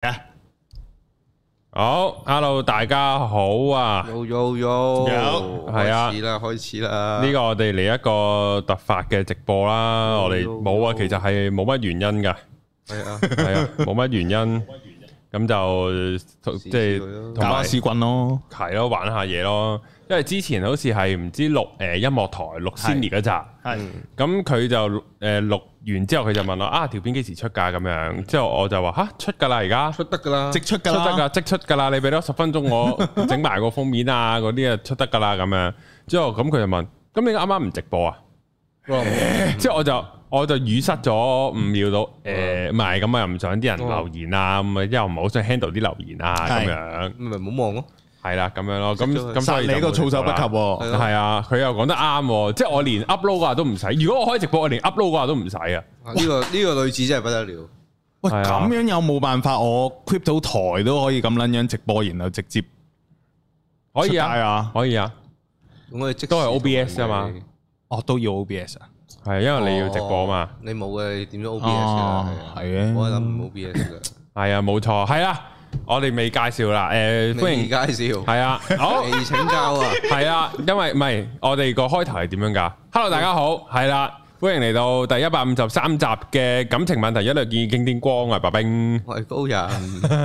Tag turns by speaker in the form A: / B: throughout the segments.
A: 啊，
B: 好，hello，大家好啊！
C: 有有有，
A: 有
B: 係啊
C: 開始啦，開始啦，
B: 呢個我哋嚟一個突發嘅直播啦，
C: 好
B: 我哋冇啊，
C: 好
B: 其實係冇乜原 因噶，
C: 係啊，
B: 係啊，冇乜原因，咁就即係
C: 試佢咯
B: 同埋
A: 棍咯，
B: 係咯，玩下嘢咯。因為之前好似係唔知錄誒音樂台錄 s i n 嗰集，
A: 係
B: 咁佢就誒錄完之後，佢就問我啊條片幾時出㗎咁樣，之後我就話吓，出㗎啦而家。
C: 出得噶啦，
A: 即出
B: 出
A: 噶
B: 得
A: 啦，
B: 噶，即出噶啦！你俾多十分鐘 我整埋個封面啊，嗰啲啊出得噶啦咁樣。之後咁佢就問：咁你啱啱唔直播 啊？之後我就我就語塞咗五秒
A: 哦
B: 到，誒唔係咁啊，又唔想啲人留言啊，咁啊又唔係好想 handle 啲留言啊
A: 係
B: 咁樣，
C: 咪唔好望咯，
B: 係啦咁樣咯。咁
C: 熄咗佢
B: 咁所
A: 殺
B: 以
A: 你一個措
B: 就
A: 手
B: 冇
A: 不及
B: 直播啦。
A: 喎，
C: 係
B: 係啊，佢又講得啱喎，即係我連 upload 嗰下都唔使。如果我可以直播，我連 upload 嗰下都唔使啊。
C: 啊呢個呢個女子真係不得了，
A: 喂
B: 係啊
A: 咁樣有冇辦法我 keep 到台都可以咁撚樣直播，然後直接
B: 可以
A: 出街
B: 啊，
A: 啊，
B: 可以啊，
C: 咁我哋即
B: 都係 OBS 啊嘛
A: 哦都要 OBS 啊，
B: 係因為你要直播嘛。
C: 哦，你冇嘅，你點咗 OBS
A: 哦
C: 啊，
A: 係嘅
C: 我係諗唔 OBS 嘅，
B: 系啊，冇錯，係啦，我哋未介紹啦，诶、歡
C: 未
B: 迎，
C: 介紹，
B: 係 啊，好，
C: 未請教啊，
B: 係啊，因為唔係，我哋個開頭係點樣噶？Hello，大家好，係啦，歡迎嚟到第一百五十三集嘅感情問題一律建議經典光啊，白冰，
C: 我係高人，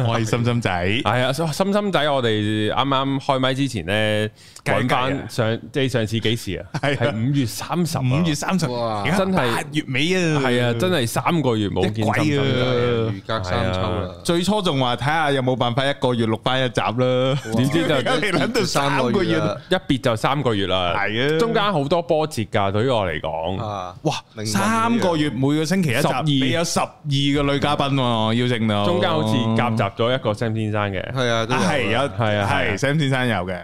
A: 我係啊心心仔，
B: 係啊，心心仔，我哋啱啱開麥之前咧，
A: 計一
B: 揾
A: 計啊
B: 翻上即係上次幾時啊？
A: 係啊
B: 係五月三十，
A: 五月三十，
C: 哇
A: 而家
B: 真係
A: 八月尾啊，
B: 係啊，真係三個月冇見心
A: 一
B: 心
A: 鬼
B: 仔
A: 啊。
C: 如隔三秋啦，
A: 最初仲話睇下有冇辦法一個月錄翻一集啦，
B: 點知就
A: 而家你 諗到
C: 三
A: 三個
C: 個
A: 月
C: 月，啦，
B: 一別就三個月啦，
A: 係啊
B: 中間好多波折㗎，對於我嚟講。
C: 啊，
A: 哇！
C: 命運
A: 三個月每個星期一集
B: 12，
A: 你有十二個女嘉賓喎，要整到
B: 中間好似夾雜咗一
A: 哦
B: 個 Sam 先生嘅
C: 係啊，都
A: 啊，係有
C: 啊，
B: 係啊係啊
A: 係 Sam 先生有嘅，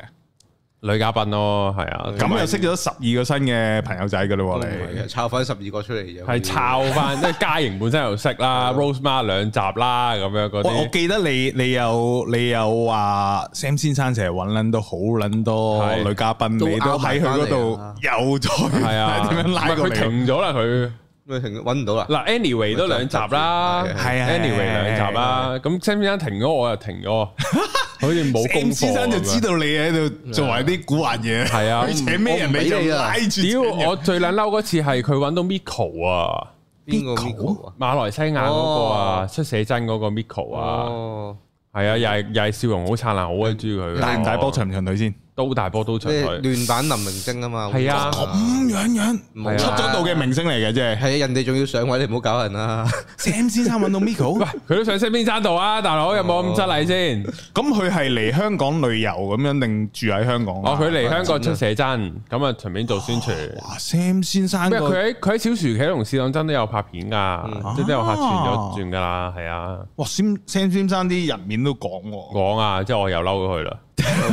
B: 女嘉賓咯，係啊，
A: 嗯咁又識咗十二個新嘅朋友仔噶咯
C: 唔
A: 喎，
C: 係
A: 你
C: 啊，抄翻十二個出嚟啫，
B: 係抄 翻，即係嘉瑩本身又識啦，Rosemar 兩集啦，咁樣嗰
A: 嗯我我
B: 啲
A: 記得你你有你有話 Sam 先生成日揾撚到好撚多
B: 係
A: 女嘉賓，
C: 都
A: 你都喺佢嗰度又再
B: 係啊，
A: 點樣拉
B: 唔係
A: 過
B: 佢
A: 嚟？
B: 停咗啦佢。
C: 咩停揾唔到啦，
B: 嗱，anyway 都兩集啦，
C: 係啊
A: 係啊
B: ，anyway 兩
A: 係啊
B: 集啦，咁 Sam 先生停咗，我又停 咗，好似冇功
A: Sam
B: 課
A: 先生就知
B: 道，
A: 道你喺度做埋啲古惑嘢，
B: 係啊
A: 佢請咩人你
C: 我唔俾你
A: 就
C: 啊
A: 拉住請
B: 屌
A: 人。
B: 我最撚嬲嗰次係佢揾到 Miko 啊，
C: 邊個
A: Miko？
C: Miko 啊？
B: 馬來西亞嗰個啊，
C: 哦
B: 出寫真嗰個 Miko 啊。
C: 哦，
B: 係啊，又係又係笑容好燦爛，好鬼中意佢。
A: 大唔大波長唔長腿先？
B: 都大波都
C: 即
B: 長
C: 係
B: 腿，
C: 亂版林明晶啊嘛，
B: 係啊
C: 會話
A: 咁樣樣
C: 冇啊
A: 出咗道嘅明星嚟嘅啫。
C: 係啊，人哋仲要上位，你唔好 搞人啦。
A: Sam 先生揾到 Miko，
B: 佢都上西邊山度啊！大佬有冇咁失禮先？
A: 咁佢係嚟香港旅遊咁樣定住喺香港啊？
B: 哦，佢嚟香港出寫真，咁啊順便做宣傳。
A: 哇 Sam 先生
B: 咩？佢
A: 個
B: 喺佢喺小薯茄同試當真都有拍片噶，即係都有客串咗轉噶啦，係啊。
A: 哇 Sam Sam 先生啲人面都講喎。
B: 講啊，即係我又嬲咗佢啦。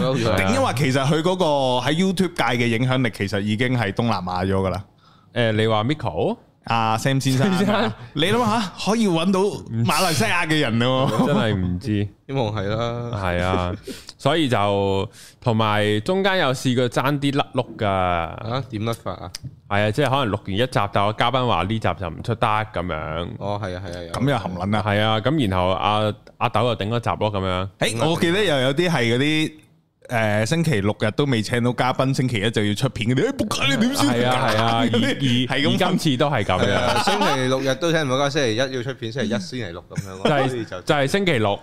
C: 有優
A: 定因為其實佢嗰個喺 YouTube 界嘅影響力其實已經係東南亞咗噶啦。
B: 誒，你話 Miko
A: 阿 Sam 先生
B: Sam 先生，
A: 你諗下可以揾到馬來西亞 嘅人咯。
B: 真係唔知，
C: 希望係啦。
B: 係啊。所以就同埋中間有試過爭啲甩碌噶，
C: 啊，點甩法啊？
B: 係啊，即係可能錄完一集，但我嘉賓話呢集就唔出得咁樣。
C: 哦，係啊，係啊，有
A: 咁又含撚啦。
B: 係啊，咁然後阿阿豆又頂咗集咯，咁樣
A: 诶，我記得又有啲係嗰啲诶，誒星期六日都未請到嘉賓，星期一就要出片嗰啲，誒仆街你點先？
B: 係 啊係 啊，而而
A: 係咁
B: 而今次都係咁
C: 係
B: 樣，
C: 啊星期六日都聽唔到家，星期一要出片，星期一先嚟錄咁樣。
B: 就
C: 所以
B: 係
C: 就
B: 就係星期六，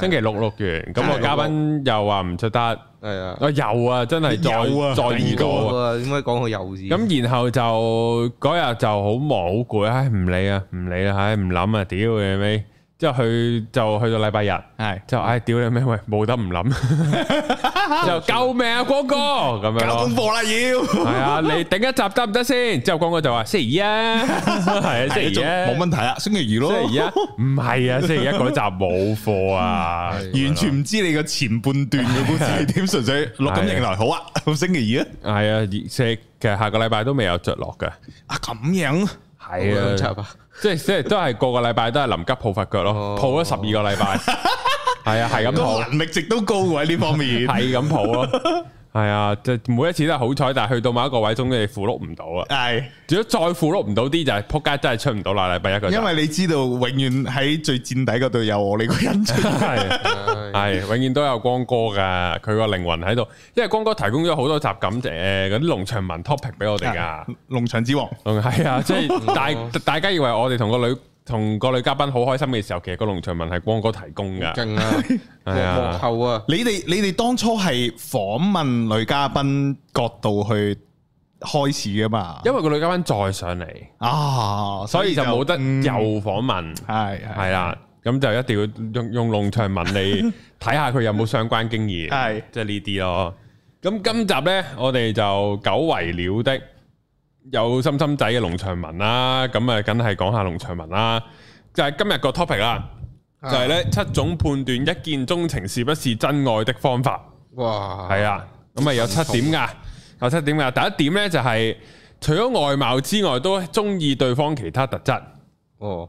B: 星期六錄完，咁
A: 係
B: 個嘉賓又話唔出得，啊
C: 係啊。
B: 又啊，真係再
A: 有啊
B: 再遇到啊，
C: 啊，點解講佢幼稚？
B: 咁然後就嗰日就好忙好攰，唉唔理啊唔理啦，唉唔諗啊，屌你尾，之後去就去到禮拜日。
A: 係
B: 就唉，屌你咩喂，冇得唔諗，就救命啊，光哥咁樣
A: 搞
B: 咯
A: 功。課啦要，
B: 系啊，你頂一集得唔得先？之後光哥就話星期 二啊，係啊，星期
A: 仲
B: 二啊，
A: 冇問題啊，星期二咯，
B: 星期二啊，唔係啊，星期一嗰集冇課啊，
A: 完全唔知你個前半段嘅故事 係點，純粹錄緊影來好啊，星期二啊，
B: 係啊，而其實其實下個禮拜都未有着落嘅，
A: 啊咁樣
B: 係
C: 兩集
B: 啊，
C: 啊，
B: 即係即係都係個個禮拜都係臨急抱佛腳咯，
C: 哦
B: 抱咗十二個禮拜，係啊，係咁抱
A: 個，能力值都高喎喺呢方面，
B: 係咁抱咯，系啊，即係每一次都係好彩，但係去到某一個位，終於符碌唔到啊！
A: 系，
B: 如果再符碌唔到啲，就係扑街真係出唔到啦，禮拜一個就
A: 因為你知道永遠喺最墊底嗰度有我呢個人 出，
B: 係
C: 唉
B: 係永遠都有光哥噶，佢個靈魂喺度，因為光哥提供咗好多集咁誒嗰啲農場文 topic 俾我哋噶。
A: 農場啊之王，
B: 嗯，係 啊，即係大大家以為我哋同個女同個女嘉賓好開心嘅時候，其實個農場 文係光哥提供噶，
C: 勁啊！
B: 係啊
C: 幕後啊，
A: 你哋你哋當初係訪問女嘉賓角度去開始噶嘛？
B: 因為個女嘉賓再上嚟，
A: 啊，
B: 所以就冇得
A: 嗯
B: 又訪問。
A: 係係
B: 系啦，咁就一定要用用農場文嚟睇下佢有冇相關經驗，
A: 係
B: 即係呢啲咯。咁今集呢，我哋就久違了的有心心仔嘅農場文啦，咁啊，梗係講下農場文啦，就係今日個 topic 啦，就係呢七種判斷一見鍾情是不是真愛的方法。
C: 哇，
B: 系啊，咁啊有七點噶，有七點噶。第一點呢，就係除咗外貌之外，都中意對方其他特質。
C: 哦，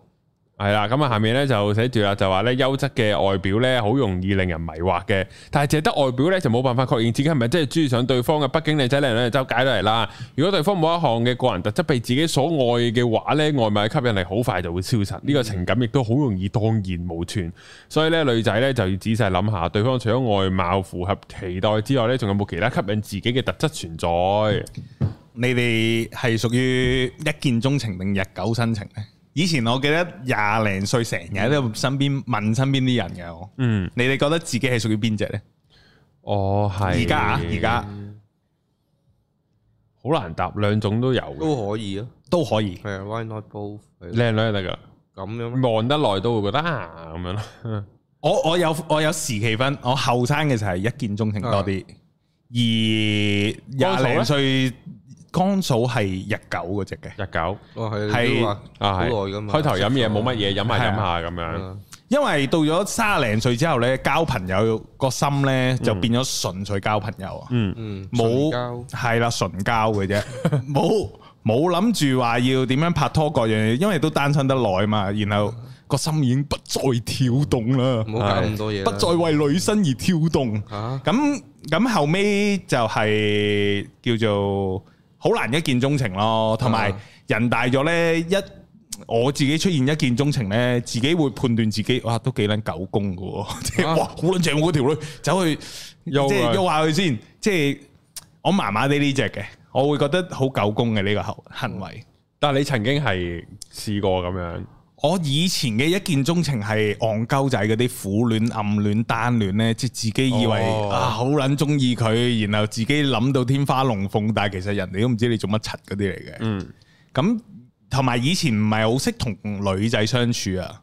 B: 系啦，咁啊下面咧就寫住啦，就話咧優質嘅外表咧好容易令人迷惑嘅，但係淨係得外表咧就冇辦法確認自己係咪真係中意上對方嘅。畢竟靚仔靚女周街都係啦，如果對方冇一項嘅個人特質被自己所愛嘅話咧，外貌嘅吸引力好快就會消失，呢、個情感亦都好容易蕩然無存。所以咧女仔咧就要仔細諗下，對方除咗外貌符合期待之外咧，仲有冇其他吸引自己嘅特質存在？
A: 你哋係屬於一見鐘情定日久生情咧？以前我記得廿零歲成日喺度身邊問身邊啲人嘅我，
B: 嗯，
A: 你哋覺得自己係屬於邊只咧？
B: 哦係，
A: 而家啊，而家
B: 好難答，兩種都有嘅，
C: 都可以啊，
A: 都可以。
C: 係啊，why not both？係
B: 靚女就得㗎。
C: 咁樣咩
B: 望得耐都會覺得啊咁樣咯。
A: 我我有我有時期分，我後生嘅就係一見鐘情多啲，而廿零歲江嫂係日久嗰只嘅。
B: 日久
C: 哇，係
A: 係
C: 你都話
B: 啊，
C: 好
B: 係
C: 耐㗎嘛，啊
B: 開頭飲嘢冇乜嘢，飲下飲下咁
C: 係
B: 樣。
C: 啊，
A: 因為到咗三廿零歲之後咧，交朋友個心咧就變咗純粹交朋友啊。
B: 嗯，
C: 嗯，
A: 冇
C: 唇膠
A: 係啦，純交 嘅啫，冇冇諗住話要點樣拍拖各樣嘢，因為都單身得耐嘛，然後個心已經不再跳動啦，
C: 唔好搞咁多嘢啦，
A: 不再為女生而跳動。
C: 嚇
A: 咁咁後尾就係叫做好難一見鐘情咯，同埋
C: 啊
A: 人大咗呢，一我自己出現一見鐘情呢，自己會判斷自己哇都幾撚狗公嘅喎， 即係
C: 啊
A: 哇好撚正喎嗰條女，走去
B: 休
A: 即係
B: 佢
A: 休下佢先，即係我麻麻地呢只嘅，我會覺得好狗公嘅呢個行行為。
B: 但係你曾經係試過咁樣，
A: 我以前嘅一見鐘情係戇鳩仔嗰啲苦戀、暗戀、單戀呢，即係自己以為、
B: 哦
A: 啊好撚中意佢，然後自己諗到天花龍鳳，但係其實人哋都唔知你做乜柒嗰啲嚟嘅。
B: 嗯，
A: 咁同埋以前唔係好識同女仔相處啊。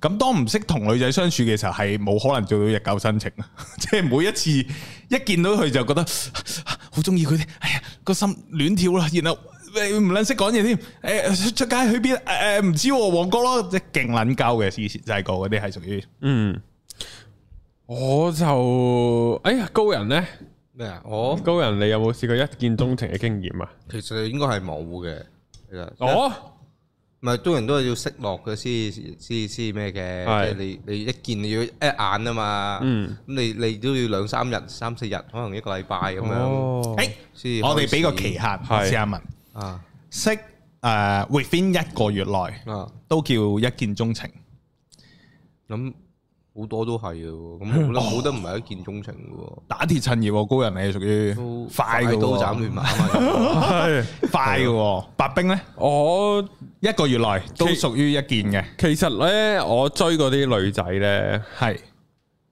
A: 咁當唔識同女仔相處嘅時候，係冇可能做到日久生情啊！ 即係每一次一見到佢就覺得 啊好中意佢啲，哎呀個心亂跳啦，然後誒唔撚識講嘢添，誒、出出街去邊誒、誒唔知喎，旺角咯，即係勁撚鳩嘅，以前細個嗰啲係屬於
B: 嗯，我就哎呀高人呢？
C: 咩啊？我
B: 高人你有冇試過一見鐘情嘅經驗啊？
C: 其實應該係冇嘅，其實
B: 哦，
C: 唔係，當然都係要識落嘅先先先咩嘅，
B: 係
C: 即係你你一見你要一眼啊嘛，咁
B: 嗯
C: 你你都要兩三日、三四日，可能一個禮拜咁樣哎
B: 哦，
A: 誒，
C: 先。
A: 哎我哋俾個期限
B: 係
A: 試下問，
C: 啊
A: 識誒、within 一個月內
C: 啊，
A: 都叫一見鐘情。
C: 咁好多都係嘅喎，咁冇得冇得唔係一見鍾情嘅喎，
A: 打鐵趁熱喎，高人你係屬於
C: 都
A: 快嘅
C: 刀
A: 喎，
C: 斬亂麻啊 嘛，
B: 係
A: 快嘅喎。白冰咧
B: 我
A: 一個月內都
B: 其
A: 屬於一件嘅，
B: 其實呢，我追嗰啲女仔呢。
A: 係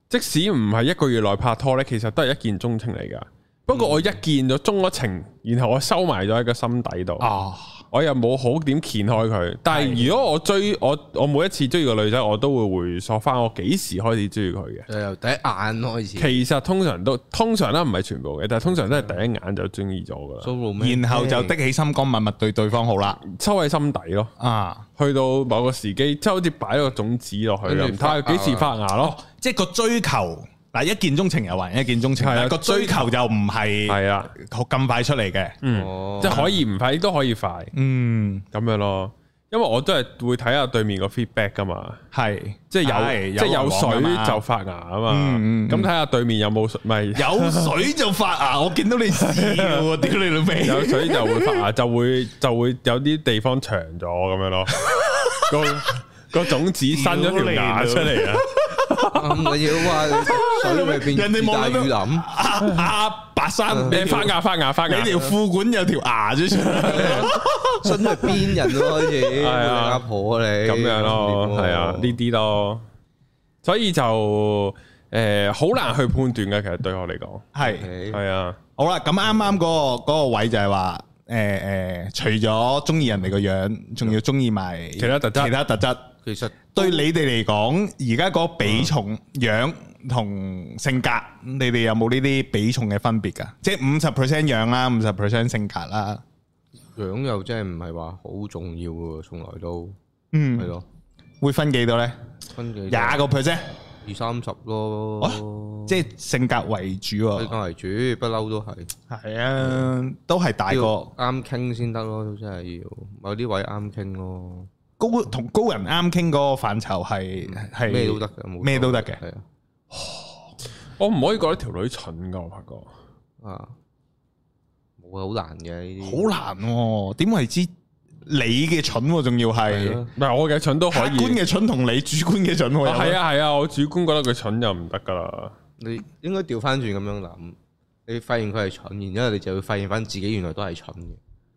B: 即使唔係一個月內拍拖呢，其實都係一見鐘情嚟噶。不過我一見咗鍾咗情，然後我收埋咗喺個心底度，
A: 啊，
B: 我又冇好點掀開佢。但係如果我追我我每一次追個女仔，我都會回溯翻我幾時開始追佢嘅。
C: 就由第一眼開始。
B: 其實通常都通常啦，唔係全部嘅，但係通常都係第一眼就中意咗噶啦，
A: 然後就的起心肝，默默對對方好啦。
C: 嗯
B: 收喺心底咯。
A: 啊，
B: 去到某個時機，即係好似擺個種子落去啦，
C: 跟
B: 唔
C: 住
B: 睇下
C: 發啊芽
B: 幾時發芽咯。
A: 即係個追求嗱，一見鐘情又還一見鐘情，
B: 係啊
A: 但係個追求就唔係
B: 係啦，
A: 咁快出嚟嘅。
B: 嗯，
C: 哦
B: 即係可以唔快，亦都可以快。
A: 嗯，
B: 咁樣咯。因為我都係會睇下對面個 feedback 噶嘛，
A: 係
B: 即係
A: 係
B: 有即係有
A: 來往㗎
B: 水
A: 嘛
B: 就發芽啊嘛，
A: 嗯嗯嗯
B: 咁睇下對面有冇水，咪
A: 有水就發 芽，我見到你笑喎，屌你老味！
B: 有水就會發 芽，就會就會有啲地方長咗咁樣咯，個個種子伸咗條芽出嚟啊！
C: 唔緊要啊！水咪變
A: 人哋望
C: 大
A: 到
C: 雨淋，
A: 阿阿白衫，
B: 嗯你
A: 你
B: 發
A: 發芽，
B: 芽發芽發芽
A: 你，條褲管有條牙咗出嚟，
C: 信係邊人咯？開 始
B: 係
C: 你
B: 啊
C: 阿婆你
B: 咁樣咯，係啊，呢啲咯，所以就诶好難去判斷嘅，其實對我嚟講，
A: 係
C: 啲
B: 係啊，
A: 好啦。咁啱啱嗰個嗰個位就係話，誒誒，除咗中意人哋個樣，仲要中意埋
B: 其他特質
A: 其他特質。
C: 其實
A: 對你哋嚟講，而家嗰個比重樣同性格，你哋有冇呢啲比重嘅分別㗎？即係五十 percent 樣啦，五十 percent 性格啦。
C: 樣又真係唔係話好重要喎，從來都係
A: 嗯，
C: 咯，
A: 會分幾多呢？
C: 分幾
A: 廿個 percent，
C: 二三十咯，
A: 即係性格為主
C: 推
A: 喎。
C: 介為主，不嬲都係。
A: 係啊，都係大
C: 要
A: 個
C: 啱傾先得咯，都真係要某啲位啱傾咯，
A: 高同高人啱傾嗰個範疇係係
C: 咩都得嘅，冇所謂
A: 咩都得嘅
C: 係啊，
B: 我唔可以覺得條女蠢噶，我發覺。
C: 啊，冇啊好難嘅呢啲，
A: 好難喎。點為之你嘅蠢喎？仲要
C: 係
A: 係
C: 咯
B: 唔係我嘅蠢都
A: 客
B: 可以，
A: 觀嘅蠢同你主觀嘅蠢喎。有
B: 係啊係啊，我主觀覺得佢蠢就唔得噶啦。
C: 你應該調翻轉咁樣諗，你發現佢係蠢，然之後你就會發現翻自己原來都係蠢嘅，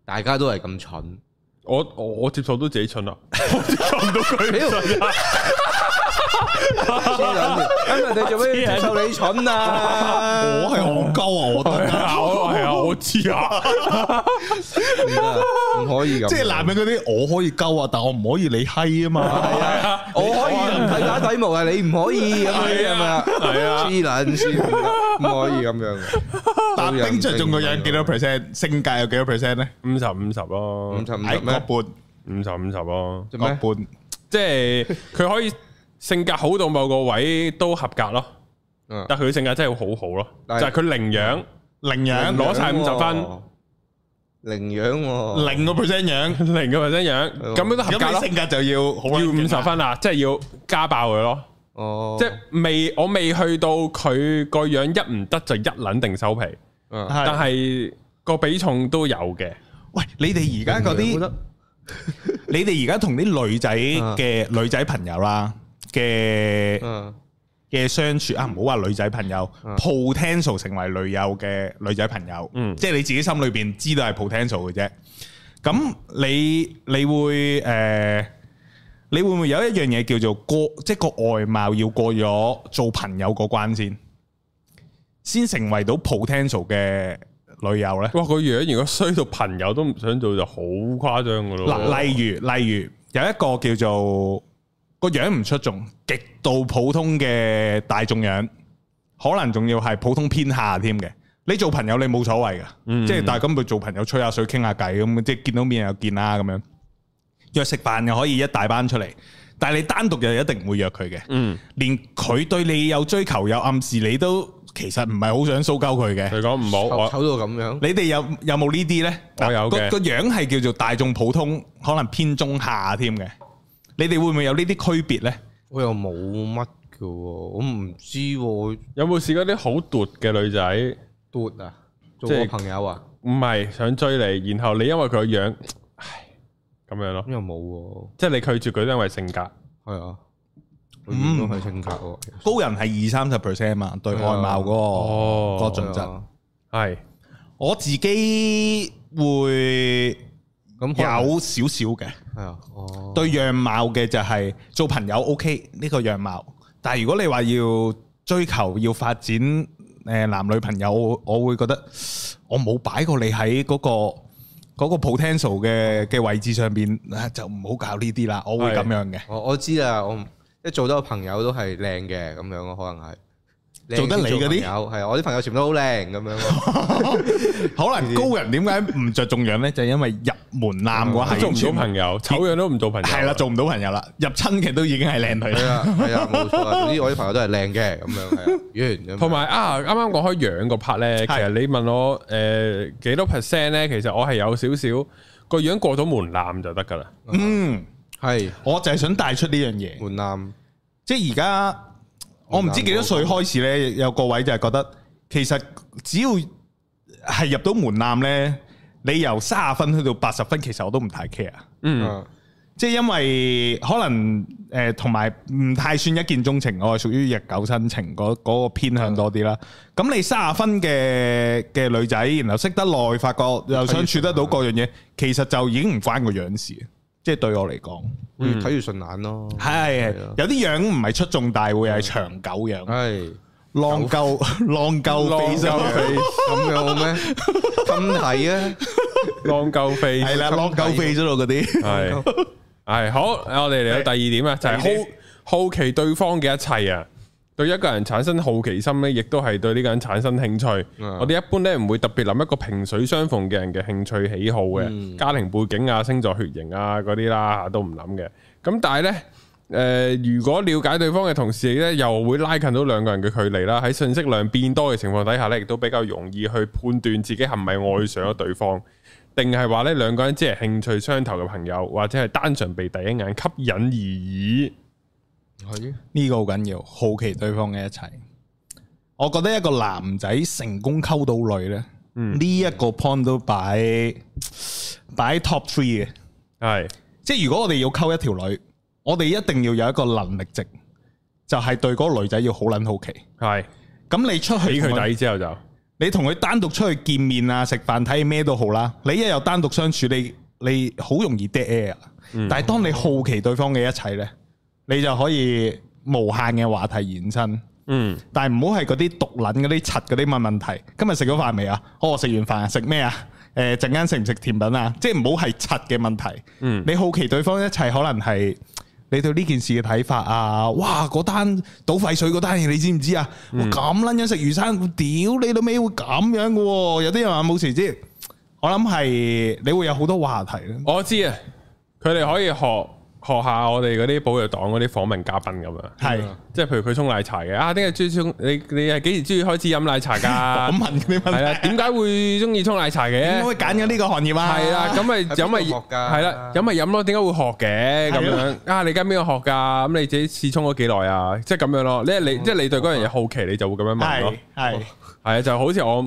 C: 大家都 係咁蠢，
B: 我我我接受到自己蠢 啦，我接受唔到佢蠢啦。
C: 咁人哋做咩要接受你 蠢啊？
A: 我係戇鳩啊！我得
B: 係啊我係啊，我知啊。
C: 唔可以咁，
A: 即係男人嗰啲，我可以鳩啊，但我唔可以你閪啊嘛。
C: 我可以睇打底毛啊，你唔可以咁樣啊嘛，
B: 係啊
C: 黐撚線，唔可以咁樣嘅。
A: 但冰着仲個樣幾多 percent？性格有幾多 percent 咧？
B: 五十五十咯，
C: 五十五
A: 矮
C: 十
A: 個
C: 咩？
A: 半，
B: 五十五十咯，
C: 做
A: 個
C: 咩？
A: 半。
B: 即係佢可以性格好到某個位都合格咯，
C: 嗯
B: 但係佢性格真係好好咯，
C: 但係
B: 就係佢零樣，
A: 零樣
B: 攞晒
C: 樣
B: 50分
C: 喎，零樣喎，
A: 零個 percent 樣，
B: 零個 percent 樣，
C: 咯
B: 咁樣都合格
A: 咁
B: 咯
A: 你，性格就要好
B: 要
A: 撚
B: 五
A: 勁啦
B: 十分啦，啊即係要加爆佢咯，
C: 哦，
B: 即係未我未去到佢個樣一唔得就一撚定收皮，
C: 係
A: 係
B: 但係個比重都有嘅。
A: 喂，你哋而家嗰
C: 我覺
B: 嗯
A: 啲
C: 得，
A: 你哋而家同啲女仔嘅
B: 嗯
A: 女仔朋友啦嘅
C: 嗯，
A: 嘅相處啊，唔好話女仔朋友
C: 嗯
A: ，potential 成為女友嘅女仔朋友，
B: 嗯
A: 即係你自己心裏邊知道係 potential 嘅啫。咁你你會誒、呃你會唔會有一樣嘢叫做過，即係個外貌要過咗做朋友個關先，先成為到 potential 嘅女友呢？
B: 哇，個樣如果衰到朋友都唔想做，就好誇張噶咯。
A: 嗱，例如例如有一個叫做個樣唔出眾，極度普通嘅大眾樣，可能仲要係普通偏下添嘅。你做朋友你冇所謂噶，即係但係咁佢做朋友吹下水傾下偈咁，即係見到面又見啦咁樣。約食飯又可以一大班出嚟，但係你單獨又一定唔會約佢嘅。
B: 嗯，
A: 連佢對你有追求有暗示，你都其實唔係好想騷鳩佢嘅。
B: 你講唔好，
C: 醜
B: 我
C: 到咁樣，
A: 你哋有有冇呢啲呢？
B: 我有嘅
A: 嗱個個樣係叫做大眾普通，可能偏中下添嘅。你哋會唔會有呢啲區別呢？
C: 我又冇乜嘅喎，我唔知喎，
B: 有冇試過啲好毒嘅女仔，
C: 嘟啊，做
B: 即係
C: 我朋友啊，
B: 唔係想追你，然後你因為佢個樣，唉，咁樣咯
C: 咁，又冇
B: 即係你拒絕佢都因為性格，
C: 喎，係啊，嗯，都係性格喎，
A: 高人係二三十 percent 嘛，對外貌
B: 嗯哦
A: 嗰個嗰個準
C: 係
A: 則。
C: 啊
B: 係
A: 我自己會
C: 咁可能
A: 有少少嘅
C: 係啊，哦，
A: 對樣貌嘅就係做朋友 OK 呢個樣貌，但係如果你話要追求要發展誒男女朋友，我我會覺得我冇擺過你喺嗰個。嗰個 potential 嘅嘅位置上邊，啊就唔好搞呢啲啦。我會
B: 係
A: 咁樣嘅，
C: 我我知啦，我唔即係做得個朋友都係靚嘅咁樣咯，可能係靚
A: 做得
C: 先
A: 你嗰啲
C: 朋友係啊我啲朋友全部都好靚咁樣 咯，
A: 可能高人點解唔着重樣呢？就係因為入門檻嗰下
B: 做唔到
A: 友，
B: 朋友，醜樣都唔做朋友，
A: 係啦，做唔到朋友啦。入親嘅都已經係靚女
C: 係
A: 啦。
C: 啊係啊冇錯啊，總之我啲朋友都係靚嘅咁樣係 啊，完咁樣
B: 同埋啊，啱啱呃講開樣個 part 咧，其實你問我誒幾多 percent 咧，其實我係有少少個樣過到門檻就得㗎啦。
A: 嗯，
C: 係
A: 我就係想帶出呢樣嘢，
C: 門檻
A: 即系而家我唔知幾多歲開始咧，有個位就係覺得其實只要係入到門檻咧，你由三十分去到八十分，其實我都唔太 care。
B: 嗯，
C: 啊
A: 即係因為可能誒同埋唔太算一見鐘情，我係屬於日久生情嗰嗰個偏向多啲啦。咁你三十分嘅嘅女仔，然後識得耐，發覺又相處得到各樣嘢，其實就已經唔關個樣事，即係對我嚟講，
C: 會睇住順眼咯，
A: 嗯係
C: 係啊
A: 有啲樣唔係出眾大會，係啊長久樣，
C: 係
A: 浪夠 浪夠
B: 浪
A: 飛身，
B: 夠飛
C: 咁樣好咩？咁睇啊，
B: 浪夠飛
A: 係啦，浪夠飛咗咯嗰啲。
B: 係係好，我哋嚟到第二點啊，就係
A: 第二點
B: 好好奇對方嘅一切啊。對一個人產生好奇心咧，亦都係對呢個人產生興趣。
A: 啊
C: 嗯
B: 我哋一般咧唔會特別諗一個萍水相逢嘅人嘅興趣喜好嘅，
C: 嗯
B: 家庭背景啊、星座、血型啊嗰啲啦，都唔諗嘅。咁但係呢，誒、如果了解對方嘅同時呢，又會拉近到兩個人嘅距離啦。喺信息量變多嘅情況底下呢，亦都比較容易去判斷自己係咪愛上咗對方，定係話呢兩個人只係興趣相投嘅朋友，或者係單純被第一眼吸引而已。
C: 係
A: 呢個好緊要，好奇對方嘅一切。我覺得一個男仔成功溝到女咧，
B: 嗯
A: 呢一、個 point 都擺擺 top three 嘅。
B: 係
A: 即係如果我哋要溝一條女，我哋一定要有一個能力值，就係、對嗰個女仔要好撚好奇。
B: 係，
A: 咁你出
B: 俾
A: 去同
B: 佢底之後就。
A: 你同佢單獨出去見面啊、食飯睇咩都好啦，你一有單獨相處，你你好容易 dead air 啊。但係當你好奇對方嘅一切呢，你就可以無限嘅話題延伸。
B: 嗯，
A: 但係唔好係嗰啲毒撚嗰啲柒嗰啲問問題。今日食咗飯未啊？哦，食完飯啊，食咩啊？誒陣間食唔食甜品啊？即係唔好係柒嘅問題。
B: 嗯
A: 你好奇對方一切可能係你對呢件事嘅睇法啊！哇，嗰單倒廢水嗰單嘢你知唔知啊？
B: 嗯
A: 我咁撚樣食魚生，屌你老尾會咁樣嘅喎！有啲人話冇時知，我諗係你會有好多話題咯。
B: 我知啊，佢哋可以學學下我哋嗰啲保育黨嗰啲訪問嘉賓咁樣。
A: 係
B: 即係譬如佢沖奶茶嘅啊，點解中意沖？你你係幾時中意開始飲奶茶 㗎？
A: 咁問嗰啲
B: 啊係啦，
A: 問題，
B: 點解會中意沖奶茶
A: 點
B: 嘅
A: 解？會揀咗呢個行業啊？
B: 係啦，咁咪
C: 喺邊
B: 飲咪
C: 度學㗎
B: 係啦，飲咪飲咯。點解會學嘅咁
A: 係
B: 樣啊？你跟邊個學㗎？咁你自己試沖咗幾耐啊？即係咁樣咯。你你即係你對嗰樣嘢好奇，你就會咁樣問咯
A: 係。係
B: 係啊，就好似我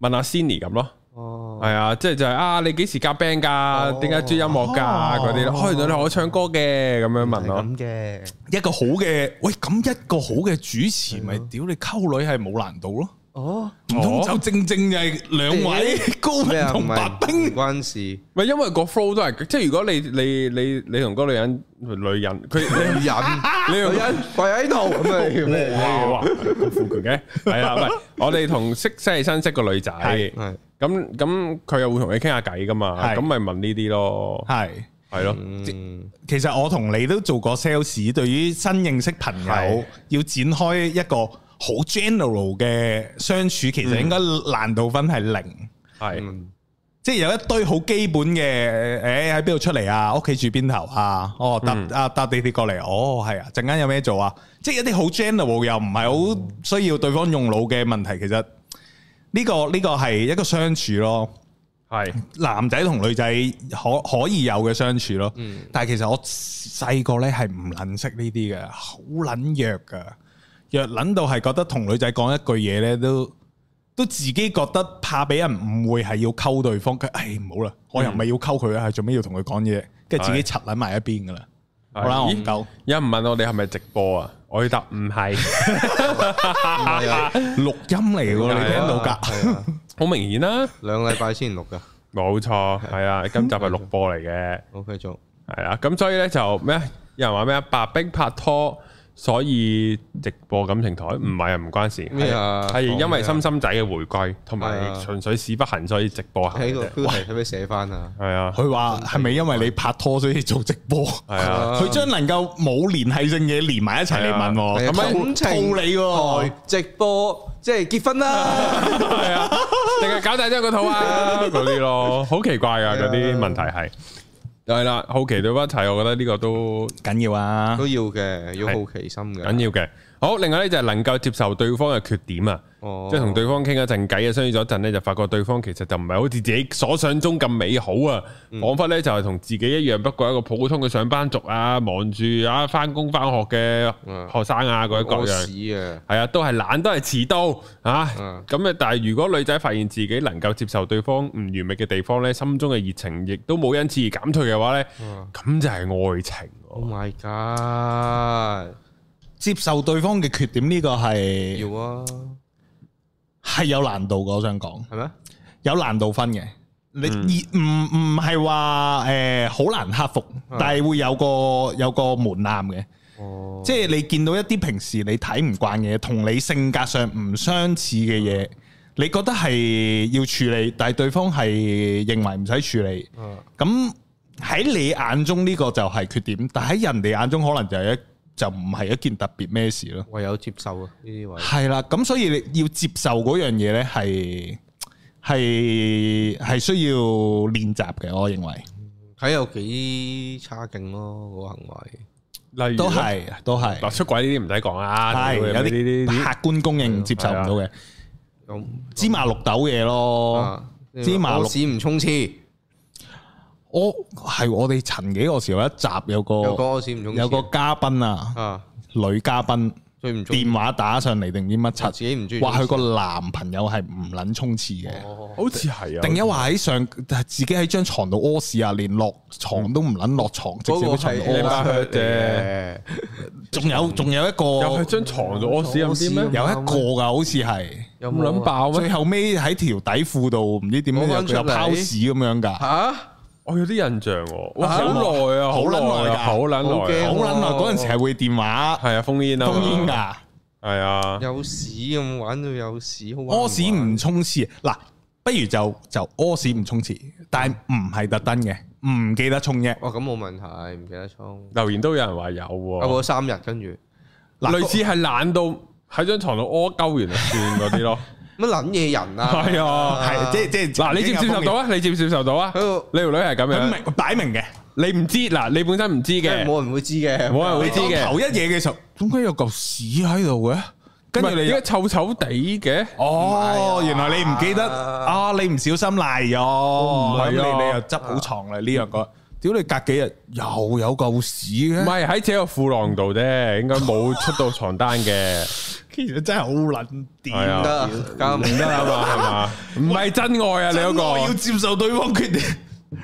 B: 問阿 Cindy 咁咯。
C: 哦，
B: 係啊，即係就係啊，你幾時夾 band 㗎？點解中意音樂㗎？
A: 哦
B: 嗰啲咯。哦，原來你可以唱歌嘅咁樣問咯。
C: 咁嘅，
A: 一個好嘅，喂，咁一個好嘅主持咪屌你溝女係冇難度咯。
C: 哦，
A: 唔通就正正就係兩位高
C: 咩
A: 明
C: 啊？唔
A: 同白
C: 係
A: 冰
C: 唔關事。
B: 咪因為個 flow 都係，即係如果你你你你同嗰個女人女人，佢
C: 女人，
B: 你同
C: 女人跪喺度咁啊叫咩？
B: 哇哇咁富強嘅，係啦，唔係我哋同識即係新識個女仔，
A: 係
B: 咁
C: 係
B: 咁佢又會同你傾下偈噶嘛，
A: 係
B: 咁咪問呢啲咯，
A: 係。
B: 係咯，
C: 嗯
A: 其實我同你都做過 sales，對於新認識朋友
B: 係
A: 要展開一個好 general 嘅相處，其實應該難度分係零，
B: 係
C: 嗯
A: 即係有一堆好基本嘅，誒喺邊度出嚟啊？屋企住邊頭啊？哦，搭啊搭地鐵過嚟，哦係啊，陣間有咩做啊？即係一啲好 general 又唔係好需要對方用腦嘅問題，其實呢個呢個係一個相處咯。
B: 係
A: 男仔同女仔可可以有嘅相處咯，但係其實我細個咧係唔撚識呢啲嘅，好撚弱噶，弱撚到係覺得同女仔講一句嘢咧都都自己覺得怕俾人誤會係要溝對方，佢唉唔好啦，我又唔係要溝佢啊，係做咩要同佢講嘢，跟住自己柒撚埋一邊噶啦，好啦，我唔
B: 咦
A: 夠，
B: 有人問我哋係咪直播啊？我要答唔係，
C: 係啊
A: 錄音嚟嘅喎，你聽到噶？
C: 係啊
B: 好明顯啦，
C: 兩禮拜先錄㗎。
B: 冇錯，係啊，今集係錄播嚟嘅。
C: 好，繼續。
B: 系啦，咁所以咧就咩啊？有人話咩啊？白冰拍拖，所以直播感情台唔係啊，唔關事。
C: 咩啊
B: 係
C: 講咩啊
B: 因為心心仔嘅回歸，同
C: 係
B: 埋
C: 啊
B: 純粹屎不行，所以直播行
C: 喺個
B: 啫。
C: 標題使唔使寫翻啊？
B: 係啊，
A: 佢話係咪因為你拍拖所以做直播？
B: 係啊，
A: 佢將能夠冇聯繫性嘅連埋一齊嚟問我，
C: 係啊
A: 咁樣
C: 感情
A: 套你喎。
C: 台直播即係結婚啦，
B: 係啊，定係搞大咗個肚啊 嗰啲咯，好奇怪啊！
C: 係啊
B: 嗰啲問題係係啦，好奇對不一齊，我覺得呢個都
A: 緊要啊！
C: 都要嘅，要好奇心嘅。
B: 緊要嘅。好，另外咧就係能夠接受對方嘅缺點啊，
C: 哦
B: 即係同對方傾一陣偈啊，相處咗一陣咧，就發覺對方其實就唔係好似自己所想中咁美好啊，彷彿咧就係同自己一樣，不過一個普通嘅上班族啊，忙住啊翻工翻學嘅
C: 嗯
B: 學生啊，嗰一各
C: 屙
B: 樣。
C: 屎啊，
B: 係啊，都係懶，都係遲到啊
C: 嗯。
B: 咁咧，但係如果女仔發現自己能夠接受對方唔完美嘅地方咧，心中嘅熱情亦都冇因此而減退嘅話咧，咁就係愛情
C: ！Oh
B: 喎。
C: my god！
A: 接受對方嘅缺點呢個係
C: 要啊，
A: 係有難度嘅，我想講
C: 係咩？
A: 有難度分嘅。你而唔唔係話誒好難克服，但係會有個有個門檻嘅。
C: 哦，
A: 即係你見到一啲平時你睇唔慣嘅嘢，同你性格上唔相似嘅嘢，你覺得係要處理，但係對方係認為唔使處理。
C: 嗯
A: 咁喺你眼中呢個就係缺點，但喺人哋眼中可能就係一就唔係一件特別咩事咯。
C: 唯有接受啊呢啲位。
A: 係啦，咁所以你要接受嗰樣嘢呢，係係係需要練習嘅，我認為
C: 睇有幾差勁咯，嗰個行為。
B: 例如
A: 都
B: 呢
A: 係都係
B: 嗱，出軌呢啲唔使講啦，
A: 係
B: 屌
A: 有
B: 呢
A: 啲客觀公認接受唔到嘅
C: 有
A: 芝麻綠豆嘢咯。
C: 啊
A: 芝麻綠
C: 屙屎唔沖廁，
A: 我系我哋曾幾個時候有一集有個
C: 有個屙屎唔沖廁，
A: 有個嘉賓啊，
C: 啊
A: 女嘉賓
C: 最唔中
A: 電話打上嚟定唔知乜
C: 自
A: 柒，
C: 己唔中意。
A: 話佢個男朋友係唔撚沖廁嘅，
C: 哦
B: 好似係啊，
A: 定一話喺上自己喺張床度屙屎啊，連落床都唔撚落床，直
C: 嗰
A: 接
C: 個
A: 喺床度
C: 係
B: 你
A: 屙。
B: 媽
C: 嚟
B: 啫
C: 嘅，
A: 仲有仲有一個
B: 又喺張床度屙屎有啲咩？
A: 有一個㗎，好似係
C: 有
B: 咁撚
C: 啊
B: 爆
A: 最
B: 咩？
A: 後尾喺條底褲度唔知點樣
C: 攞
A: 有
C: 返出嚟
A: 有拋屎咁樣㗎，
C: 吓？
B: 我有啲印象喎，哇，
A: 啊
B: 好耐啊，
A: 好
B: 好
A: 撚
B: 耐
A: 耐㗎
B: 啊，好撚
C: 好
B: 耐
C: 驚
B: 啊，
A: 好撚耐嗰陣時係會電話
B: 係啊，封煙啊，
A: 封煙，㗎。
B: 係啊，
C: 有屎咁玩到有屎，好玩
A: 屙屎唔
C: 玩
A: 沖廁，嗱，不如就就屙屎唔沖廁，但係唔係特登嘅，唔記得沖啫。
C: 哦咁冇問題，唔記得
A: 哦
C: 沖。
B: 留言都有人話有喎
C: 啊，。過三日跟住乜
A: 嗱
B: 類似係懶到喺張床度屙鳩完就算嗰啲咯。
C: 撚嘢人 啊？
B: 係啊，
A: 係即即
B: 嗱，你接唔接受到？啊？你接唔接受到啊？
C: 喺度
B: 你條女係咁
A: 佢
B: 樣，
A: 明擺明嘅，
B: 你唔知嗱，你本身唔知
C: 即係
B: 嘅，
C: 冇人會知嘅，
B: 冇人會知嘅
A: 當頭一嘢嘅時候，點解有嚿屎喺度嘅？跟住
B: 唔係
A: 你
B: 點解臭臭地嘅？
A: 哦，
C: 唔係啊
A: 原來你唔記得啊！你唔小心賴咗，
B: 唔係啊
A: 咁你你又執好床啦呢樣個。屌你隔幾日又有嚿屎
B: 唔
A: 嘅，
B: 係喺自己個褲浪度啫，應該冇出到床單 嘅，
A: 其實真係好撚
B: 係
A: 掂
B: 啊
C: 唔得啊，搞唔
B: 得
C: 得
B: 啊嘛，係嘛？唔係真愛啊！你嗰
A: 真愛要
B: 個
A: 接受對方缺點，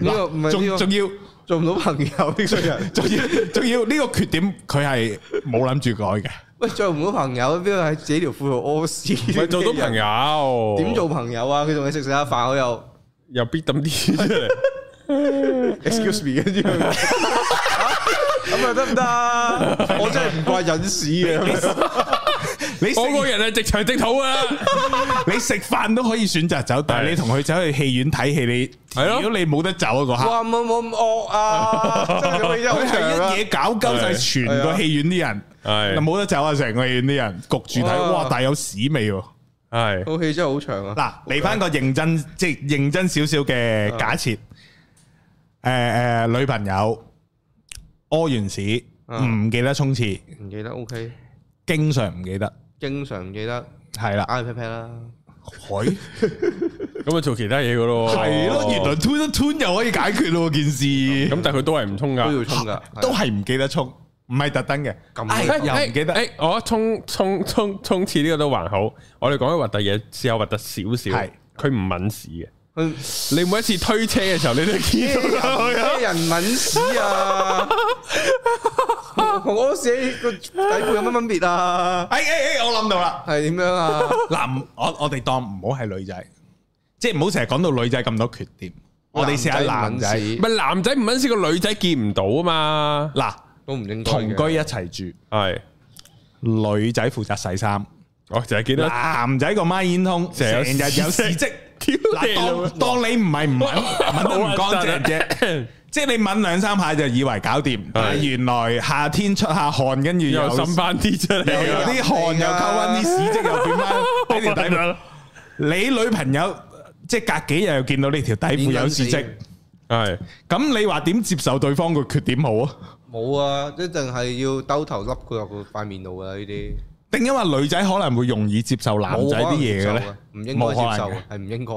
C: 呢個唔係呢
A: 仲
C: 個
A: 仲要。
C: 做唔到朋友呢個人。
A: 仲要仲要呢個缺點，佢係冇諗住改嘅。
C: 喂，做唔到朋友，邊個喺自己條褲度屙屎？
B: 唔係做到朋友，
C: 點做朋友啊？佢同你食食下飯，我 又
B: 又必抌啲出 嚟？
C: excuse me 跟住佢啊 咁啊得唔得啊？我真係唔怪忍屎啊 嘅，
A: 你食
B: 我個人係直腸直肚啊！
A: 你食飯都可以選擇走，但係你同佢走去戲院睇戲，你
B: 係咯
A: 如果你冇得走啊嗰刻，
C: 哇冇冇咁 惡啊！真係咁樣
A: 佢
C: 好長啊
A: 係一嘢搞鳩晒全個戲院啲人，
B: 係
A: 嗱冇得走啊！成個戲院啲人焗住睇，
C: 哇
A: 哇！但係有屎味喎。
B: 係
C: 套戲真係好長啊！
A: 嗱，嚟翻個認真，即係認真少少嘅假設，
B: 啊
A: 誒誒，女朋友屙完屎
C: 嗯
B: 啊
A: 唔記得沖廁，
C: 唔記得 OK，
A: 經常唔記得，
C: 經常唔記得
A: 係啦，
B: 啊
C: ，iPad pad 啦，
A: 喂。
B: 咁啊，做其他嘢噶咯。
A: 系咯，原來 turn 一 turn 又可以解決咯件事，
B: 咁，但係佢都係唔通
C: 都
B: 㗎。
C: 要沖㗎，
A: 都係唔記得沖，唔係特登嘅，
C: 咁
A: 唉
B: 誒
A: 又唔記得，
B: 誒，我沖沖沖沖廁呢個都還好，我哋講啲核突嘢，試下核突少少。
A: 係
B: 佢唔抿屎
C: 佢
B: 嘅，你每一次推車嘅時候，你都見到佢啊。
C: 咩人抿屎啊？同屙屎個底褲有乜分別啊？
A: 哎哎哎，我諗到啦，
C: 係點樣啊？
A: 嗱，唔我我哋當唔好係女仔，即係唔好成日講到女仔咁多缺點，我哋試下男仔，
B: 唔係男仔唔抿屎，個女仔見唔到啊嘛。
A: 嗱，
C: 都唔應該
A: 同
C: 嘅
A: 居一齊住，
B: 係，
A: 女仔負責洗衫，
B: 我成日見到
A: 男仔個孖煙通
B: 成
A: 成
B: 日有
A: 日有
B: 屎
A: 屎
B: 跡
A: 跡，
B: 屌你老母
A: 嗱，當當你唔係唔揾
B: 啊
A: 揾得唔乾淨啫。
B: 啫，
A: 即係你抿兩三下就以為搞掂，但係原來夏天出下汗，跟住又
B: 又滲翻啲出
A: 又
B: 嚟
A: 有
B: 啊。
A: 啲汗，又溝翻啲屎跡，又變翻呢條底
B: 好
A: 褲
B: 核。啊
A: 你女朋友即係隔幾日又見到呢條底褲有屎跡，
B: 係
A: 咁你話點接受對方個缺點好啊？
C: 冇啊，一定係要兜頭笠佢落個塊面度噶呢啲，
A: 定因為女仔可能會容易接受男仔啲嘢嘅咧？
C: 冇可能接受嘅，唔應該接受嘅，係
A: 冇可能
C: 唔應該。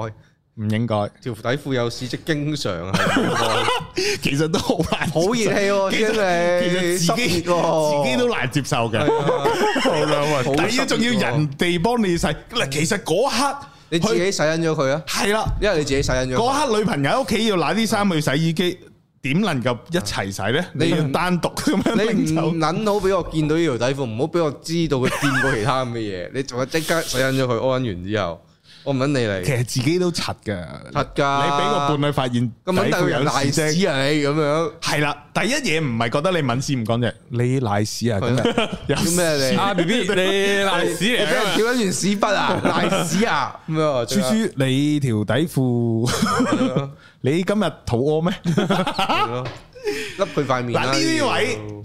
A: 唔應該，
C: 條底褲有屎跡，經常係唔 應該
A: 其實都好難，
C: 好熱氣喎，
A: 其實
C: 真係
A: 其實自己
C: 濕熱喎
A: 自己都難接受嘅。
C: 係啊好
A: 第
C: 濕
A: 二
C: 熱
A: 仲要
C: 喎
A: 人哋幫你洗，嗱，其實嗰刻
C: 你自己洗緊咗佢啊，
A: 係啦，
C: 因為你自己洗緊咗佢。
A: 嗰刻女朋友喺屋企要揦啲衫去洗衣機，點能夠一齊洗咧？
C: 你
A: 你要單獨咁樣拎
C: 你
A: 走
C: 唔。撚好俾我見到呢條底褲，唔好俾我知道佢見過其他咁嘅嘢。你仲係即刻洗緊咗佢，安完之後，我唔撚理
A: 其
C: 你。
A: 實自己都柒嘅，
C: 柒㗎
A: 你俾個伴侶發現
C: 咁撚
A: 底
C: 大個
A: 褲
C: 人
A: 有
C: 賴
A: 屎啫，
C: 屎啊你咁樣，
A: 係啦。第一嘢唔係覺得你抿屎唔乾淨，你賴屎 啊！咁
C: 係
A: 樣有
C: 叫咩你？
B: 阿 B B，你賴屎
C: 你
B: 嚟
C: 俾人
B: 啊
C: 屌緊完屎忽啊， 賴屎啊咁 樣啊。
A: 豬豬，你條底褲， 你今日肚屙咩？
C: 豬，笠佢塊面啦。啊哎
A: 嗱呢啲位誒、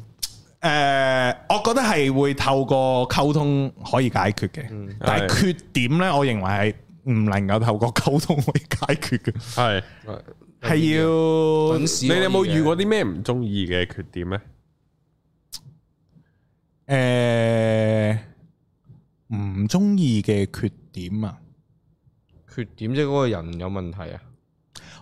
A: 呃我覺得係會透過溝通可以解決嘅，但係缺點呢，我認為係唔能夠透過溝通可以解決嘅，
B: 係你
C: 要粉屎可以嘅。啊
A: 係要誒、
B: 哋有冇遇過啲咩唔中意嘅缺點 咧？
A: 呃唔中意嘅缺點啊！
C: 缺點？即係嗰個人有問題啊？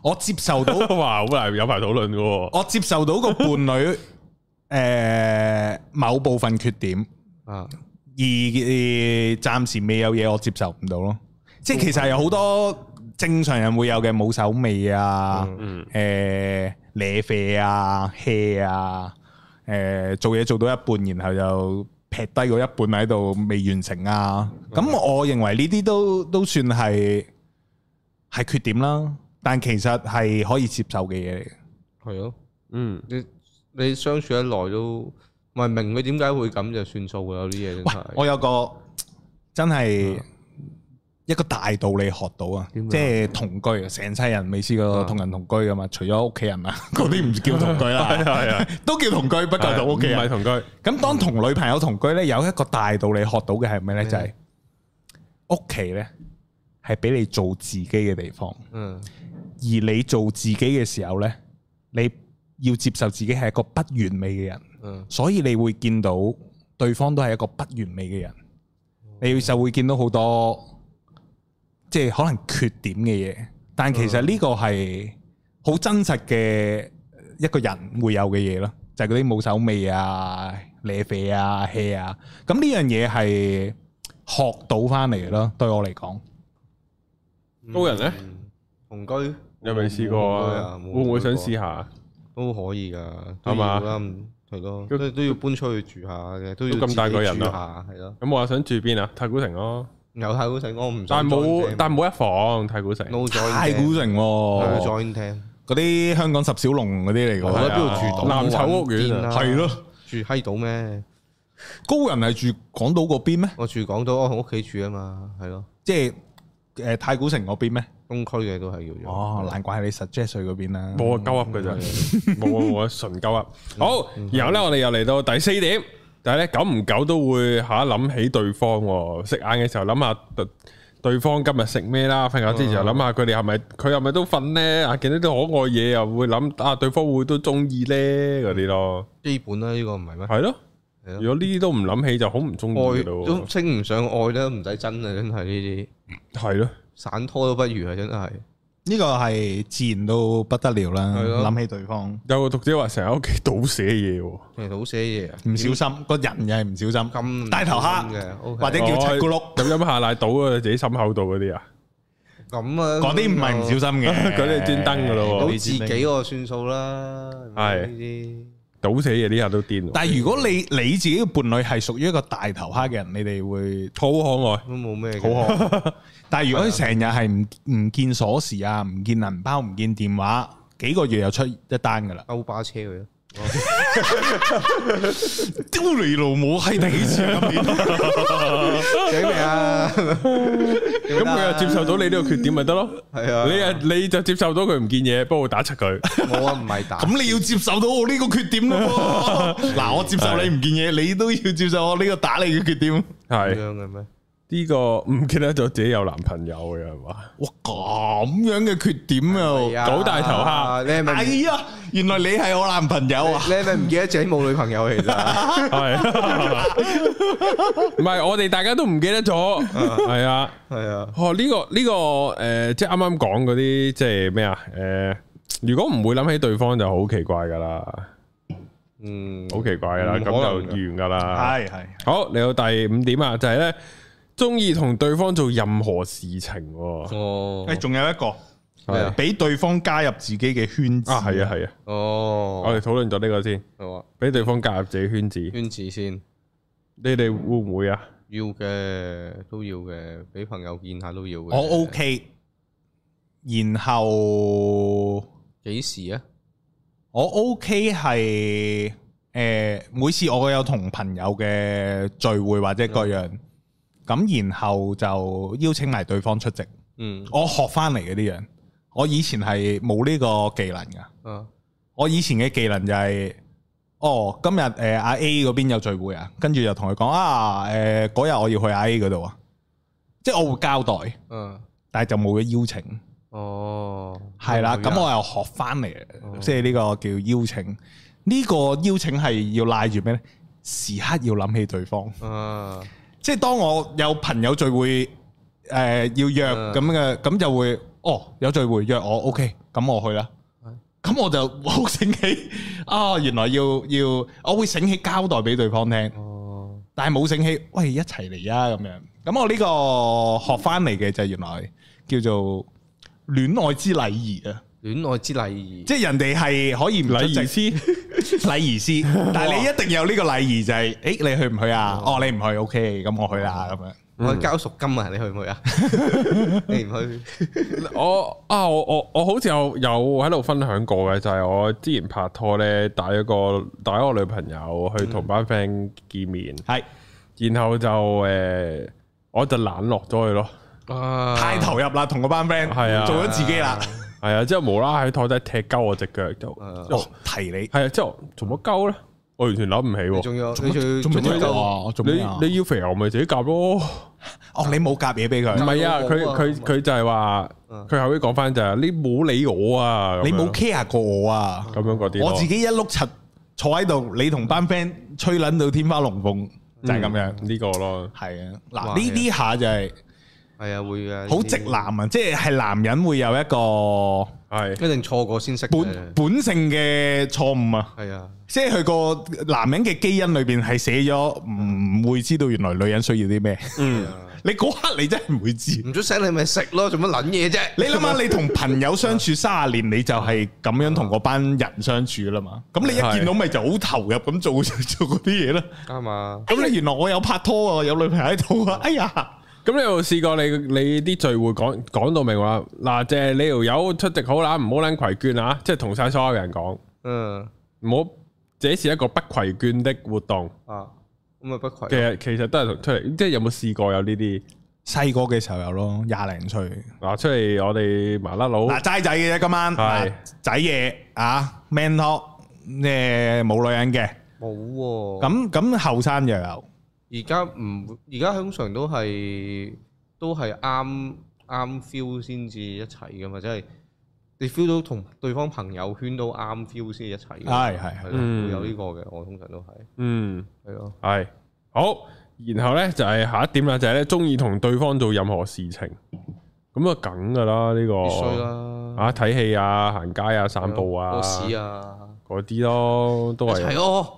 A: 我接受到，
B: 哇，好難有排討論嘅喎。
A: 我接受到個伴侶誒、 呃某部分缺點。
C: 啊，
A: 而而暫時未有嘢我接受唔到咯。即係其實有好多正常人會有嘅冇手尾啊，
B: 嗯
A: 誒瀨啡啊、hea 啊，誒、做嘢做到一半，然後就劈低嗰一半喺度未完成啊。
B: 嗯
A: 咁、我認為呢啲都都算係係缺點啦，但其實係可以接受嘅嘢嚟嘅。
C: 係咯。
B: 嗯，
C: 你你相處得耐都咪明佢點解會咁就算數㗎啦，有啲嘢真
A: 喂
C: 係，。
A: 我有個真係一個大道理學到啊，
C: 點樣
A: 即係同居啊，成世人未試過同人同居噶嘛，除咗屋企人啊，嗰啲唔叫同居
B: 係
A: 啦，
B: 啊係啊，
A: 都叫同居，不過就屋企
B: 唔係
A: 人。
B: 同居，
A: 咁當同女朋友同居呢，有一個大道理學到嘅係咩呢？就係屋企呢，係俾你做自己嘅地方，而
C: 嗯，
A: 你做自己嘅時候呢，你要接受自己係一個不完美嘅人。
C: 嗯
A: 所以你會見到對方都係一個不完美嘅人，你就會見到好多即係可能缺點嘅嘢，但其實呢個係好真實嘅一個人會有嘅嘢咯，就係嗰啲冇手尾啊、瀨啡啊、hea 啊，咁呢樣嘢係學到翻嚟嘅咯，對我嚟講。
B: 高人咧
C: 嗯同居
B: 有未試過啊？會
C: 冇
B: 唔會想試下？
C: 都可以㗎，
B: 係嘛
C: 都要啦？嗯係咯，都都要搬出去住下嘅，都要
B: 都咁大個人啊
C: 啦，係咯。
B: 咁我話想住邊啊？太古城咯，
C: 有太古城，我唔
B: 但係
C: 想
B: 冇
C: join
B: 但係冇一房太古城
C: team。no join
A: 太古
C: team，
A: 城
C: 冇
A: 喎，
C: join team，
A: 嗰啲香港十小龍嗰啲嚟
C: 我喺
A: 㗎
C: 邊度住到
B: 藍籌屋苑啊
C: 啊？
A: 係咯，
C: 住閪到咩？
A: 高人係住港島嗰邊咩？
C: 我住港島，我同屋企住啊嘛，係咯，
A: 即係誒、呃太古城嗰邊咩？
C: 東區嘅都係叫做。
A: 哦，難怪係你 suggest 去嗰邊啦。
B: 冇啊，鳩噏嘅咋，
C: 嗯
B: 冇啊冇啊，純鳩 噏。好，然後咧，我哋又嚟到第四點，但係咧久唔久都會嚇諗起對方喎，食晏嘅時候諗下對對方今日食咩啦，瞓覺之前又諗下佢哋係咪佢係咪都瞓咧？啊，見到啲可愛嘢又會諗啊，對方會唔會都中意咧嗰啲咯，
C: 基本啦，呢個唔係咩？
B: 係咯。
C: 係咯
B: 如果呢啲都唔諗起，就好唔中意
C: 愛
B: 嘅咯
C: 都，稱唔上愛啦，唔使真啊，真係呢啲
B: 係咯。
C: 散拖都不如啊，真係。
A: 呢個係自然到不得了啦。
C: 係咯
A: 諗起對方
B: 有個讀者話成日喺屋企倒寫嘢喎，
C: 其實好寫嘢啊，
A: 唔小心，個人又係唔小心，
C: 咁
A: 大頭蝦
C: 嘅，
A: 或者叫七咕碌，
B: 咁飲下奶倒啊自己心口度嗰啲啊，
C: 咁啊，
A: 嗰啲唔係唔小心嘅，
B: 嗰啲係專登㗎咯
C: 到
B: 喎
C: 自己我算數啦，
B: 係
C: 呢啲
B: 倒寫嘢呢下都癲喎，
A: 但係如果你你自己嘅伴侶係屬於一個大頭蝦嘅人，你哋會
B: 好可愛。
C: 都冇咩嘅
A: 好可。但係如果佢成日係唔唔見鎖匙啊，唔見銀包，唔見電話，幾個月又出一單㗎啦。
C: 歐巴車佢咯，
A: 屌你老母，係第幾次咁
C: 寫未啊？
B: 咁佢又接受到你呢個缺點咪得咯？
C: 係啊
B: 你啊你就接受到佢唔見嘢，幫我打柒 佢，
C: 冇啊，唔係打，
A: 咁你要接受到我呢個缺點咯 喎。嗱，我接受你唔見嘢，你都要接受我呢個打你嘅缺點。
C: 咁
B: 係
C: 樣嘅咩？
B: 呢個唔記得咗自己有男朋友嘅係嘛？
A: 哇，咁樣嘅缺點
C: 係
A: 又
C: 啊
B: 狗大頭蝦
C: 你係咪？
A: 係啊，原來你係我男朋友啊！
C: 你係咪唔記得自己冇女朋友其 實？
B: 系，唔係我哋大家都唔記得咗，係啊。
C: 係啊，
B: 哦，呢、個呢、個诶、呃即係啱啱講嗰啲，即係咩啊？诶、如果唔會諗起對方就好奇怪噶啦，
C: 嗯，
B: 好奇怪噶啦，
C: 唔
B: 咁
C: 可能㗎
B: 就完噶啦。
A: 係係
B: 好，嚟到第五點啊，就係咧，中意同對方做任何事情喎。
C: 哦
A: 誒，，仲有一個
C: 係啊
A: 俾對方加入自己嘅圈子
B: 啊，係啊，係啊，我
C: 哦，
B: 哋討論咗呢個先，
C: 好啊，
B: 俾對方加入自己圈子，
C: 圈子先
B: 你哋會唔會啊？
C: 要嘅，都要嘅，俾朋友見下都要嘅。
A: 我 OK，然後我
C: 幾時啊？
A: OK 係诶、誒每次我有同朋友嘅聚會或者各樣，咁、然後就邀請埋對方出席。
C: 嗯，
A: 我學翻嚟嘅呢樣，我以前係冇呢個技能噶。
C: 啊，
A: 我以前嘅技能就係、哦，今日誒阿 A 嗰邊有聚會啊，跟住就同佢講啊，誒嗰日我要去阿 A 嗰度啊，即係我會交代，
C: 啊，
A: 但係就冇咗邀請，
C: 哦，
A: 係啦，
C: 咁
A: 咁我又學翻嚟，即係呢個叫邀請，呢、個邀請係要賴住咩呢？時刻要諗起對方，
C: 啊，
A: 即係當我有朋友聚會誒、呃要約
C: 嗯
A: 咁嘅，咁就會哦有聚會約我，OK，咁我去啦。咁我就 好醒起啊！原來要要，我會醒起交代俾對方聽，
C: 哦，
A: 但係冇醒起，喂一齊嚟啊咁樣。咁我呢個學翻嚟嘅就係原來叫做戀愛之禮儀啊，
C: 戀愛之禮儀，
A: 即係人哋係可以唔出
B: 禮
A: 席
B: 儀師。
A: 禮儀師，但係你一定有呢個禮儀就係，誒你去唔去啊？哦你唔去，OK，咁我去啦咁樣。
C: 我交贖金啊，你去唔 去啊？你唔去？
B: 我啊，我我我好似有有喺度分享過嘅，就係、我之前拍拖咧，帶一個帶一個女朋友去同班 friend 見面，
A: 係
B: 然後就誒、呃我就懶落咗去咯，
C: 啊，
A: 太投入啦，同嗰班 friend
B: 係啊
A: 做咗自己啦。
B: 係啊，之後無啦啦喺台底踢鳩我只腳就，
A: 哦提你
B: 係啊，之後做乜鳩咧？我完全諗
C: 你
B: 唔起喎。
C: 仲要你仲要
A: 做乜
C: 仲要
A: 啊？我做咩啊？
B: 你你要肥牛咪自己夾咯，唔
A: 哦你冇夾嘢俾佢。
B: 係啊，
C: 夾
B: 佢
C: 到我啊
B: 佢佢就係話，佢後尾講翻就係你冇理我啊，咁
A: 嗯你冇
B: 樣
A: care 過我啊！
B: 咁樣嗰啲咯，
A: 我自己一碌柒坐喺度，你同班 friend 吹撚到天花龍鳳，
B: 嗯
A: 就係咁樣。
B: 呢個咯，
A: 係啊，
C: 哇
A: 嗱呢啲下就係
C: 係啊，會啊，
A: 好直，男啊，即係係男人會有一個
B: 係
C: 一定錯過先識
A: 本
C: 嘅，
A: 本性嘅錯誤啊！
C: 係啊，
A: 即係佢個男人嘅基因裏邊係寫咗唔會知道原來女人需要 啲咩。
B: 嗯。
A: 你嗰刻你真係唔會 知。
C: 唔出聲你咪食咯，做乜撚嘢啫？
A: 你諗下，你同朋友相處三十年，你就係咁樣同嗰班人相處啦嘛。咁你一見到咪就好投入咁做 做嗰啲嘢啦。
C: 啱啊，
A: 咁你原來我有拍拖啊，有女朋友喺度 啊，哎呀，
B: 咁你有冇試過你你啲聚會講講到明話嗱，即係你條友出席好啦，唔好撚攜眷啊！即係同晒所有人講，
C: 嗯
B: 唔好，這是一個不攜眷的活動。
C: 啊，咁咪不愧
B: 其。
A: 啊
B: 實其實都係同出嚟，即係有冇試過有呢啲
A: 細個嘅時候有咯，廿零歲
B: 嗱出嚟我哋麻甩佬
A: 嗱齋仔嘅啫，今晚
B: 係
A: 嗱仔嘢啊，man talk 誒冇女人嘅，
C: 冇喎、
A: 咁咁後生又有，
C: 而家唔而家通常都係都係啱啱 feel 先至一齊噶嘛，即係你 feel 到同對方朋友圈都啱 feel 先至一齊㗎嘛。
A: 係係係
C: 係咯
B: 嗯
C: 會有呢個嘅，我通常都係
B: 嗯
C: 係咯。
B: 係好，然後呢，就係、下一點啦，就係呢中意同對方做任何事情，咁啊梗噶啦呢
C: 必須
B: 個
C: 啦，
B: 啊睇戲啊、行街啊、散步啊、
C: 屙屎啊，
B: 嗰啲咯，都
C: 一齊
B: 係
C: 屙，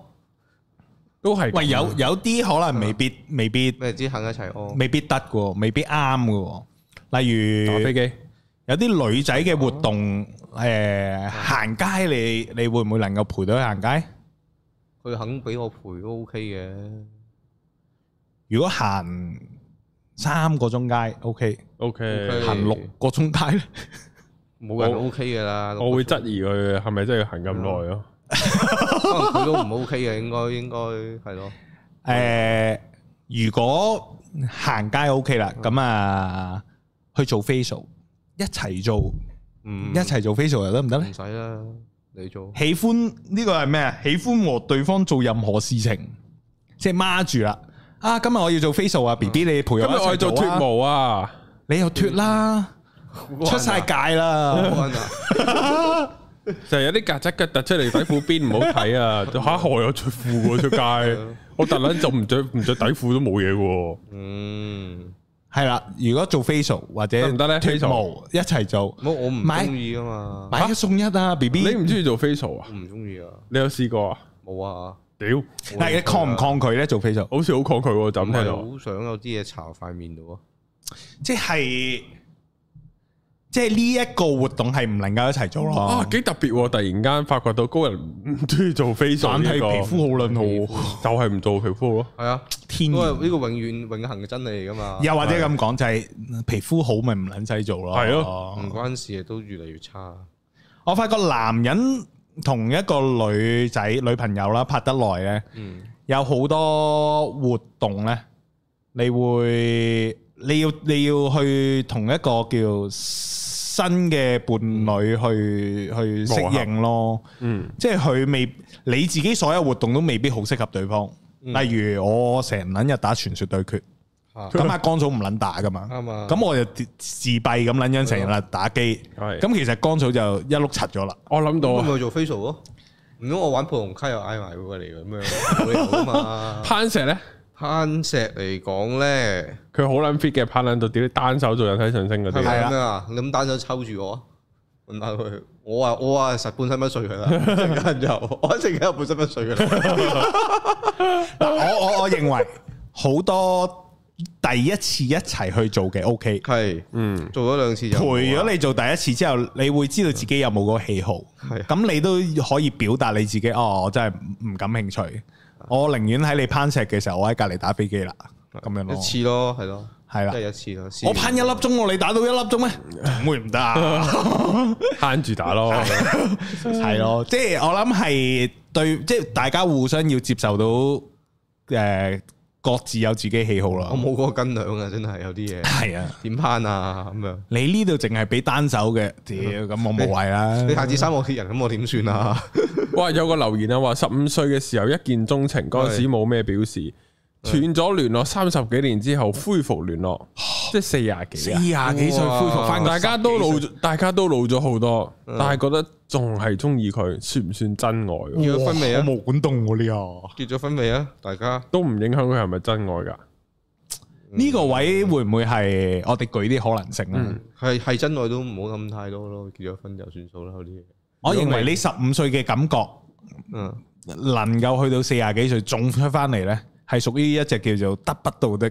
B: 都係
A: 喂有有啲可能未必未必
C: 咩知肯一齊屙？
A: 未必得嘅喎，未必啱嘅喎，例如
B: 打飛機。
A: 有啲女仔嘅活動，誒行街，你你會唔會能夠陪到佢行街？
C: 佢肯俾我陪都 OK 嘅，
A: 如果行三個鐘街，OK；
B: O K，
C: OK
A: 行六個鐘街咧，
C: 冇人
B: 我
C: OK 嘅啦。
B: 我會質疑佢係咪真係要行咁耐咯？
C: 可能佢都唔 OK 嘅，應該應該係咯。
A: 誒、如果行街 OK 啦，咁啊去做 facial，一齊做，
C: 嗯
A: 一齊做 facial 又得唔得咧
C: 唔？使啦，你做。
A: 喜歡呢個係咩啊？喜歡和對方做任何事情，即係孖住啦。啊，今日我要做 facial 啊，B B 你陪
B: 嗯
A: 我
B: 今日
A: 一
B: 我
A: 齊
B: 去做
A: 脱
B: 脱毛啊，
C: 啊
A: 你又脱啦，出晒界啦。
C: 安啊，
B: 就係有啲曱甴腳突出嚟底褲邊，唔好睇啊！嚇害我着褲喎出街，我特撚就唔着唔着底褲都冇嘢嘅喎。
C: 嗯，
A: 系啦，如果做 facial 或者
B: 得唔得呢
A: 脱
B: facial？
A: 毛一齊做，
C: 咁我唔
A: 買
C: 中意噶啊嘛，
A: 買一送一啊，B B。
B: 你唔中意做 facial 啊
C: 我？唔中意啊，
B: 你有試過啊？
C: 冇啊，
B: 屌，
A: 但係你抗唔抗拒咧？做 facial，
B: 好似好抗拒喎，就
C: 咁
B: 咁
C: 係
B: 聽到。
C: 好想有啲嘢搽塊面度啊，
A: 即係即係呢一個活動係唔能夠一齊做
B: 啊
A: 咯，。
B: 幾特別喎！突然間發覺到高人唔中意做 facial
A: 但係
B: 呢個
A: 皮膚好撚好，
B: 就係唔做皮膚咯。
C: 係啊，
A: 天
C: 因為
A: 然。
C: 呢個永遠永恒嘅真理嚟噶嘛，
A: 嗯又或者咁講就係皮膚好咪唔撚使做咯。
B: 係
C: 唔
A: 咯，
C: 關事啊，都越嚟越差，
A: 我發覺男人同一個女仔女朋友啦拍得耐咧。
C: 嗯，
A: 有好多活動呢，你會你要你要去同一個叫新嘅伴侶去、去
B: 磨合
A: 適應咯，
B: 嗯，
A: 即係佢未你自己所有活動都未必好適合對方。
C: 嗯
A: 例如我成撚日打傳說 對決，
C: 嚇
A: 咁阿江嫂唔撚打噶嘛，
C: 啱啊，
A: 咁我就自自閉咁撚樣成日打機，
B: 嗯係。
A: 咁其實江嫂就一碌柒咗啦。
B: 我諗到
C: 咁
B: 啊
C: 咪做 facial 咯，唔通我玩暴龍卡又嗌埋佢嚟咁樣，冇理由㗎 嘛。
B: 攀石咧，
C: 攀石嚟講咧，
B: 佢好撚 fit 嘅，攀撚到屌單手做引體上升嗰
C: 係
B: 啲。
C: 咪咁樣啊？你咁單手抽住我，揾下佢。我啊，我啊，實半身不遂佢啦，一陣間就， 我一陣間就半身不遂佢啦。
A: 嗱，我我我認為好多第一次一齊去做嘅 OK。
C: 係
B: 嗯，
C: 做咗兩次就啊
A: 陪咗你做第一次之後，你會知道自己有冇嗰個喜好，
C: 係啊
A: 咁你都可以表達你自己。哦，我真係唔感興趣，我寧願喺你攀石嘅時候，我喺隔離打飛機啦，咁樣
C: 一
A: 咯，
C: 次咯，係咯，
A: 係
C: 即
A: 啦。
C: 係一次咯。試
A: 我攀一粒鐘喎，你打到一粒鐘咩？點會唔得啊？
B: 慳住打咯。
A: 係咯，即係我諗係對，即係大家互相要接受到誒各自有自己喜好啦
C: 我。冇嗰個斤兩啊，真係有啲嘢
A: 係啊，
C: 點攀啊咁樣。
A: 你呢度淨係俾單手嘅，屌咁我無謂
C: 你
A: 啦。
C: 下次生我鐵人咁，我點算啊？
B: 哇！有個留言啊，話十五歲嘅時候一見鍾情，嗰陣時冇咩表示，斷咗聯絡三十幾年之後恢復聯絡，即係四廿
A: 四
B: 幾啊！
A: 廿幾歲嗯恢復翻，
B: 大家都老咗，大家都老咗好多，但係覺得仲係中意佢，算唔算真愛㗎？
A: 嗯
C: 結咗婚未啊
A: 哇我冇管動喎呢個。
C: 結咗婚未啊？大家
B: 都唔影響佢係咪真愛㗎？
A: 呢個位會唔會係我哋舉啲可能性咧？
C: 係係真愛都唔好諗太多咯，結咗婚就算數啦嗰啲嘢。
A: 我認為你十五歲嘅感覺
C: 嗯，
A: 能夠去到四廿幾歲仲出翻嚟呢，係屬於一隻叫做得不到的，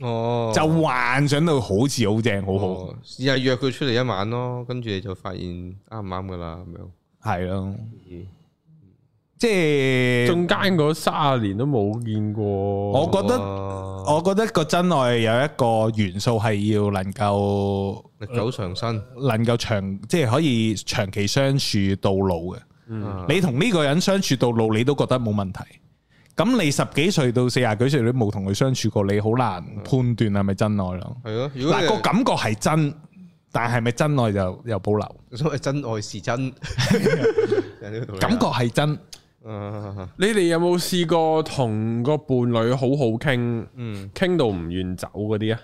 C: 哦，
A: 就幻想到好似好正好好，
C: 哦試下約佢出嚟一晚咯，跟住你就發現啱唔啱噶啦咁樣。
A: 係咯，即係
B: 中間嗰卅年都冇見過，
A: 嗯我覺得。
C: 得
A: 我覺得個真愛有一個元素係要能夠
C: 歷久常新，
A: 能夠長，即係可以長期相處到老嘅。
C: 啊
A: 你同呢個人相處到老，你都覺得冇問題。咁你十幾歲到四廿幾歲，你都冇同佢相處過，你好難判斷係咪真愛咯。
C: 係咯。嗯如果
A: 嗱，
C: 你
A: 個感覺係真，但係咪真愛就又保留。
C: 所謂真愛是 真，有呢個道理啊
A: 感覺係真，
C: 啊
B: 你哋有冇試過同個伴侶好好傾，
C: 嗯
B: 傾到唔願走嗰啲啊？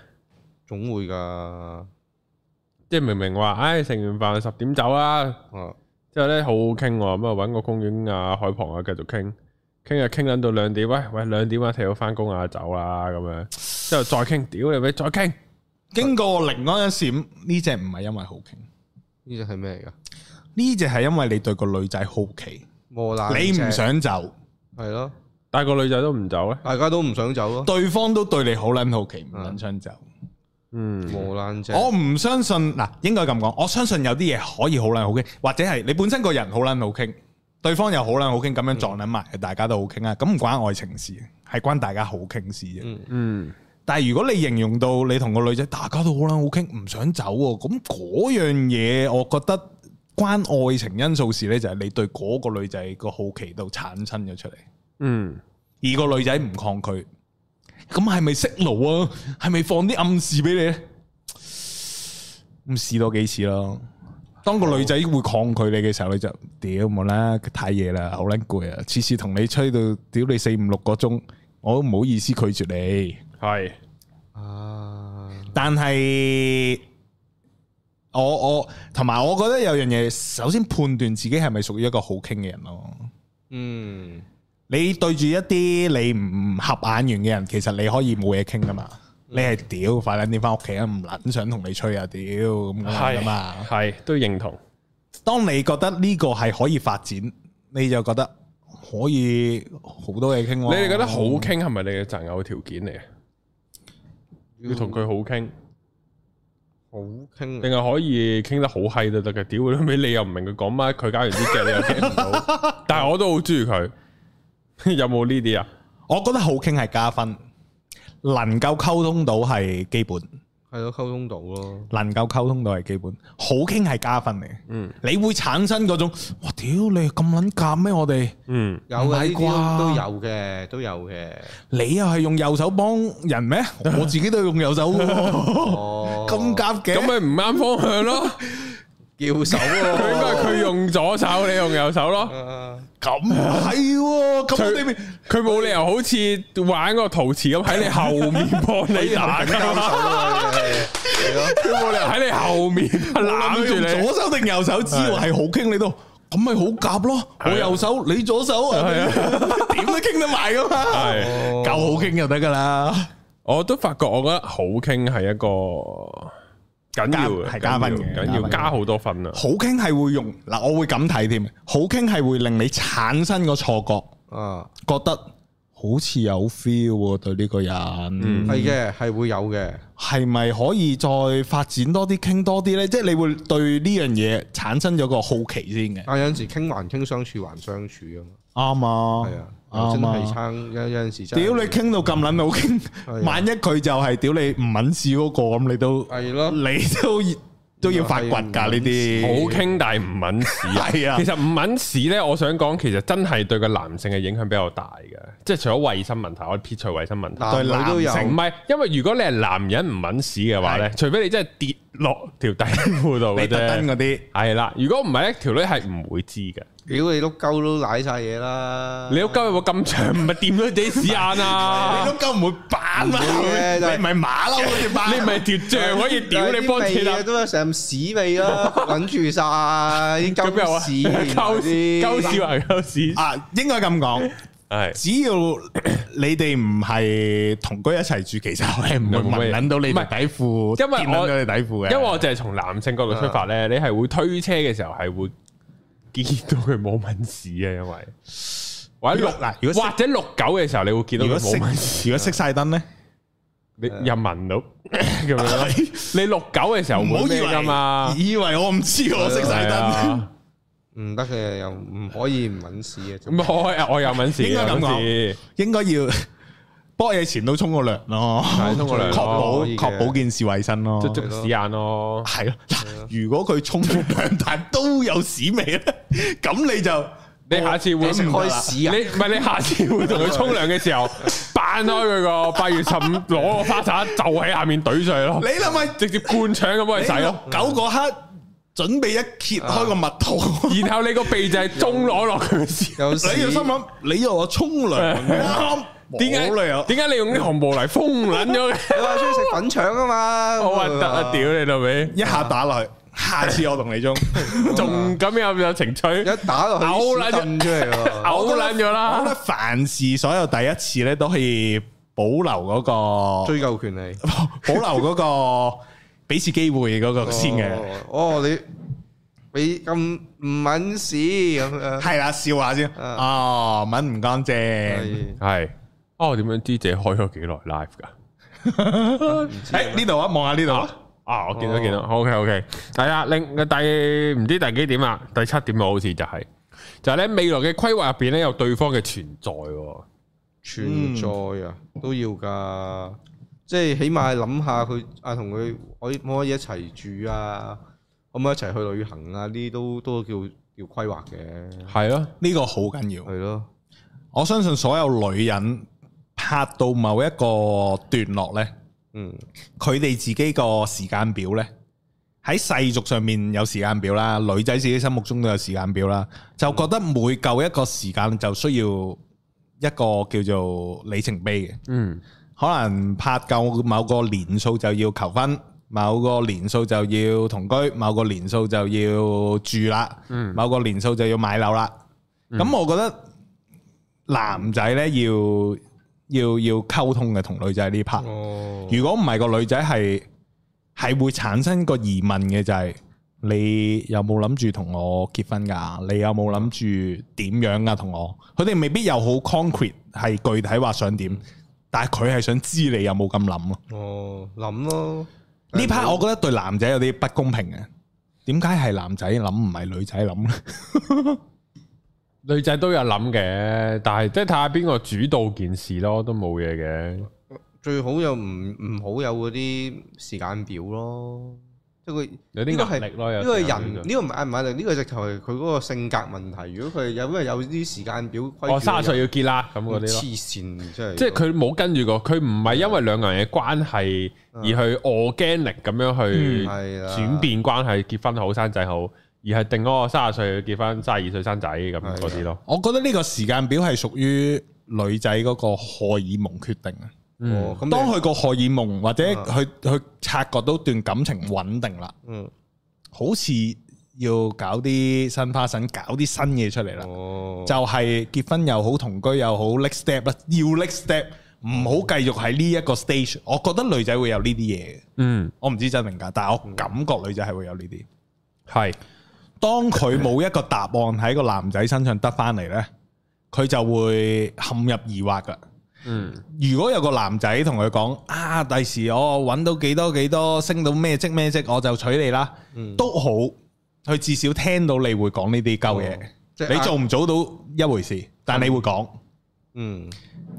C: 總會㗎啊
B: 即係明明話，唉，食完飯十點走啦，
C: 啊
B: 之後咧好好傾喎，咁啊揾個公園啊、海旁啊繼續傾，傾啊傾撚到兩點，喂喂兩點啊，踢到翻工啊，走啦咁樣，之後再傾，屌你咪再傾，
A: 經過另外一閃，呢只唔係因為好傾，
C: 呢只係咩嚟㗎？
A: 呢只係因為你對個女仔好奇，
C: 磨難
A: 你唔
C: 只
A: 想走，
C: 係咯，
B: 但係個女仔都唔走咧，
C: 大家都唔想走咯。
A: 對方都對你好撚好奇，唔
C: 啊
A: 撚想走。
B: 嗯，
C: 磨難只
A: 我唔相信嗱，應該咁講，我相信有啲嘢可以好撚好傾，或者係你本身個人好撚好傾，對方又好撚好傾，咁樣撞撚埋，大家都好傾啊，咁唔關愛情事，係關大家好傾事啫。
C: 嗯
B: 嗯，
A: 但係如果你形容到你同個女仔大家都好撚好傾，唔想走喎，咁嗰樣嘢，我覺得關愛情因素事呢，就係你對嗰個女仔個好奇度產生咗出嚟，
B: 嗯，
A: 而個女仔唔抗拒，咁係咪識路啊？係咪放啲暗示俾你呢？咁試多幾次咯。當個女仔會抗拒你嘅時候，你就屌冇啦，太夜啦，好撚攰啊！次次同你吹到屌你四五六個鐘，我都唔好意思拒絕你。
B: 係，
C: 啊，
A: 但係我我同埋我覺得有樣嘢，首先判斷自己係咪屬於一個好傾嘅人咯。
C: 嗯，
A: 你對住一啲你唔合眼緣嘅人，其實你可以冇嘢傾噶嘛。你係屌快撚啲翻屋企啊，唔撚想同你吹啊，屌咁樣噶嘛。
B: 係系都認同，
A: 當你覺得呢個係可以發展，你就覺得可以好多嘢傾
B: 你
A: 喎。
B: 哋覺得好傾係咪你嘅擇偶條件嚟嘅？
A: 嗯
B: 要同佢好傾，
C: 好傾
B: 定
C: 啊，
B: 係可以傾得好閪都得嘅？屌你尾，你又唔明佢講乜，佢搞完啲嘅你又聽唔到， 但係我都好中意佢。 有冇呢啲啊？
A: 我覺得好傾係加分，能夠溝通到係基本，
C: 係咯，溝通到咯，
A: 能夠溝通到係基本，好傾係加分嚟。
B: 嗯，
A: 你會產生嗰種，哇屌你咁撚夾咩？我哋
B: 嗯，
C: 有
A: 唔係
C: 嘅呢
A: 啩
C: 啲都有嘅，都有嘅。
A: 你又係用右手幫人 咩？我自己都用右手喎，
C: 哦，
A: 咁夾嘅。
B: 咁咪唔啱方向咯。
C: 叫手喎，
B: 佢應該係佢用左手，你用右手咯。
C: 啊
A: 咁係喎，咁我哋咪
B: 佢冇理由好似玩個陶瓷咁喺你後面幫你打㗎嘛， 佢冇理由喺你後面攬住
A: 用
B: 你。
A: 左手定右手，只要係好傾，你都咁咪好夾咯。
B: 啊
A: 我右手，你左手，係啊， 點都傾得埋噶嘛，
B: 係，
A: 夠好傾就得噶啦。
B: 我都發覺，我覺得好傾係一個緊要嘅，
A: 加係加分嘅
B: 緊
A: 加
B: 要
A: 分嘅
B: 加好多分啊！
A: 好傾係會用嗱，我會咁睇添。好傾係會令你產生個錯覺，
C: 啊，
A: 覺得好似有 feel 喎對呢個
B: 嗯
A: 人，
C: 係嘅，係會有嘅，
A: 係咪可以再發展多啲，傾多啲呢？即係你會對呢樣嘢產生咗個好奇先嘅。
C: 但有陣時傾還傾，相處還相處啊嘛。
A: 啱啊，
C: 係啊，真
A: 啱
C: 係
A: 啊
C: 撐有有陣時真係
A: 屌你傾到咁撚好
C: 係
A: 傾，
C: 啊
A: 萬一佢就係屌你唔肯試嗰個咁，你都
C: 係咯，
A: 你都要都要發掘㗎呢
B: 好
A: 啲。
B: 傾但係唔揾 屎啊！
A: 係啊
B: 其實唔揾屎咧，我想講其實真係對個男性嘅影響比較大嘅，即係除咗衞生問題，我撇除衞生問題。
A: 啊
C: 男女都有
A: 對男
B: 唔係，因為如果你係男人唔揾屎嘅話咧，除非你真係跌落條底褲度
A: 你
B: 嘅
A: 特登
B: 啫。
A: 嗰啲，
B: 係啦，如果唔係咧，條女係唔會知嘅。
C: 屌你碌鳩都舐晒嘢啦，
B: 你屋鳩有冇咁長，唔係掂到自己屎眼
A: 你
B: 啊？
A: 都鳩唔會扮嘛？
C: 唔會嘅但係
A: 你唔係馬騮嗰隻扮，
B: 你唔係條象可以屌你幫
C: 啲
B: 鐵
C: 味
B: 啦
C: 啊，都有成屎味啦， 揾住晒啲
B: 咁又
C: 鳩
B: 啊
C: 屎，
B: 鳩屎，鳩
C: 啲
B: 屎還鳩屎，
A: 啊，應該咁講。
B: 係。
A: 只要 你哋唔係同居一齊住，其實我係唔會聞撚到你條底褲，
B: 因為
A: 見撚
B: 我
A: 到你底褲嘅。
B: 因為我就係從男性角度出發
A: 嗯
B: 咧，你係會推車嘅時候係會見到佢冇問屎啊，因為或者六
A: 如果嗱如果識
B: 或者六九嘅時候，你會見到
A: 如果
B: 佢
A: 熄
B: 冇問屎，
A: 如果熄晒燈咧，
B: 你又聞 到咁樣咯。你六九嘅時候
A: 唔好
B: 冇
A: 以
B: 咩噶
A: 為
B: 嘛，
A: 以為我唔知我熄晒
B: 係
A: 燈。
B: 啊
C: 唔得嘅，又唔可以唔揾屎嘅。
B: 咁啊我我有問屎，
A: 應該咁講
B: 有屎
A: 應該要 波嘢前都沖個涼咯，
B: 係沖個涼咯
A: 確保
C: 可以嘅
A: 確保件事衞生咯
B: 即。捉屎眼咯。
A: 係咯，嗱，如果佢沖完涼但都有屎味咧， 咁你就
B: 你下次會
A: 你食
B: 唔
A: 開
C: 屎啊
B: 你唔係你下次會同佢沖涼嘅時候，扮開佢個八月十五攞個花灑就喺下面懟上去咯
A: 你，諗下
B: 直接灌腸咁幫佢
A: 你
B: 洗咯。啊
A: 狗嗰刻準備一揭開個蜜桃，
B: 然後你個鼻就係中攞落佢嘅屎。
C: 有
A: 你要
C: 屎
A: 心諗，你又話沖涼啱，
B: 點解
A: 冇理由？
B: 點解你用啲紅毛嚟封撚咗嘅？
C: 你話中意食粉腸啊嘛，
B: 好核突啊！屌你老 味，
A: 一下打落去，下次我同你 沖，
B: 仲咁有有情趣，嘔
C: 一打落去
B: 嘔啦
C: 啲屎震出嚟喎，
B: 撚咗
A: 我覺
B: 啦！
A: 得凡事所有第一次咧都可以保留嗰 個
C: 追究權利
A: 保留嗰個俾次機會嗰個先嘅，
C: 哦哦，你你咁唔揾屎咁樣，
A: 係啦，笑下先。
C: 啊
A: 哦，吻唔乾
B: 哎
A: 淨。
C: 係
B: 係哦，我點樣知自己開咗幾耐 live 㗎？
A: 誒，呢度啊，望下呢度。
B: 啊，我見
C: 哦
B: 到見到，OK OK，係啊，另第唔知第幾點啊，第七點啊好似就係就係咧未來嘅規劃入邊咧有對方嘅存在喎，
C: 存在啊，
B: 嗯
C: 都要噶，即係起碼諗下佢啊，同佢可以可唔可以一齊住啊，可唔可以一齊去旅行啊？呢啲都都叫叫規劃嘅，
B: 係咯，
A: 呢個好緊要。
C: 係咯，
A: 我相信所有女人拍到某一個段落呢，
C: 嗯，
A: 佢哋自己個時間表呢，喺世俗上面有時間表啦，女仔自己心目中都有時間表啦，就覺得每夠一個時間就需要一個叫做里程碑嘅。
B: 嗯，
A: 可能拍夠某個年數就要求婚，某個年數就要同居，某個年數就要住啦，
B: 嗯
A: 某個年數就要買樓啦。咁、我覺得男仔呢，要要要溝通嘅同女仔呢
B: 啊
A: part。
C: 哦，
A: 如果唔係個女仔係係會產生個疑問嘅就係、你有冇諗住同我結婚㗎？你有冇諗住點樣㗎？同我，佢哋未必有好 concrete 係具體話想點，但係佢係想知你有冇咁諗咯。
C: 哦，諗咯，
A: 呢 part 我覺得對男仔有啲不公平嘅，點解係男仔諗唔係女仔諗咧？
B: 女仔都有諗嘅，但係即係睇下邊個主導件事咯，都冇嘢嘅。
C: 最好又唔唔好有嗰啲時間表咯，即係佢
B: 有啲
C: 呢個係
B: 壓力咯有
C: 呢個
B: 時候呢
C: 人
B: 個
C: 呢個唔係唔係呢個直頭係佢嗰個性格問題。如果佢有因為有啲時間表規
B: 我哦三十歲
C: 要
B: 要結啦，咁嗰
C: 黐
B: 啲咯。
C: 線，真係
B: 即係佢冇跟住過，佢唔係因為兩個人嘅關係而去 organic 咁樣去
C: 嗯
A: 嗯
C: 係啊啦
B: 轉變關係，結婚好生仔好，而係定嗰個三十歲結婚，三十二歲生仔咁
C: 係啊
B: 嗰啲咯。
A: 我覺得呢個時間表係屬於女仔嗰個荷爾蒙決定啊。
C: 哦
B: 嗯，
C: 咁你
A: 當佢個荷爾蒙或者
C: 啊
A: 佢佢察覺到段感情穩定啦。
C: 嗯
A: 好似要搞啲新花神，搞啲新嘢出嚟啦。
C: 哦
A: 就係結婚又好，同居又好，next step 啦，要 next step，唔好繼續喺呢一個 stage。我覺得女仔會有呢啲嘢嘅，
B: 嗯，
A: 我唔知真定假，但係我感覺女仔係會有呢啲。
B: 係
A: 當佢冇一個答案喺個男仔身上得翻嚟呢，佢就會陷入疑惑噶。
B: 嗯，
A: 如果有個男仔同佢講啊，第時我揾到幾多幾多，升到咩職咩職，我就娶你啦，都好，佢至少聽到你會講呢啲鳩嘢。
C: 哦即係啊
A: 你做唔做到一回事，但你會講。
C: 嗯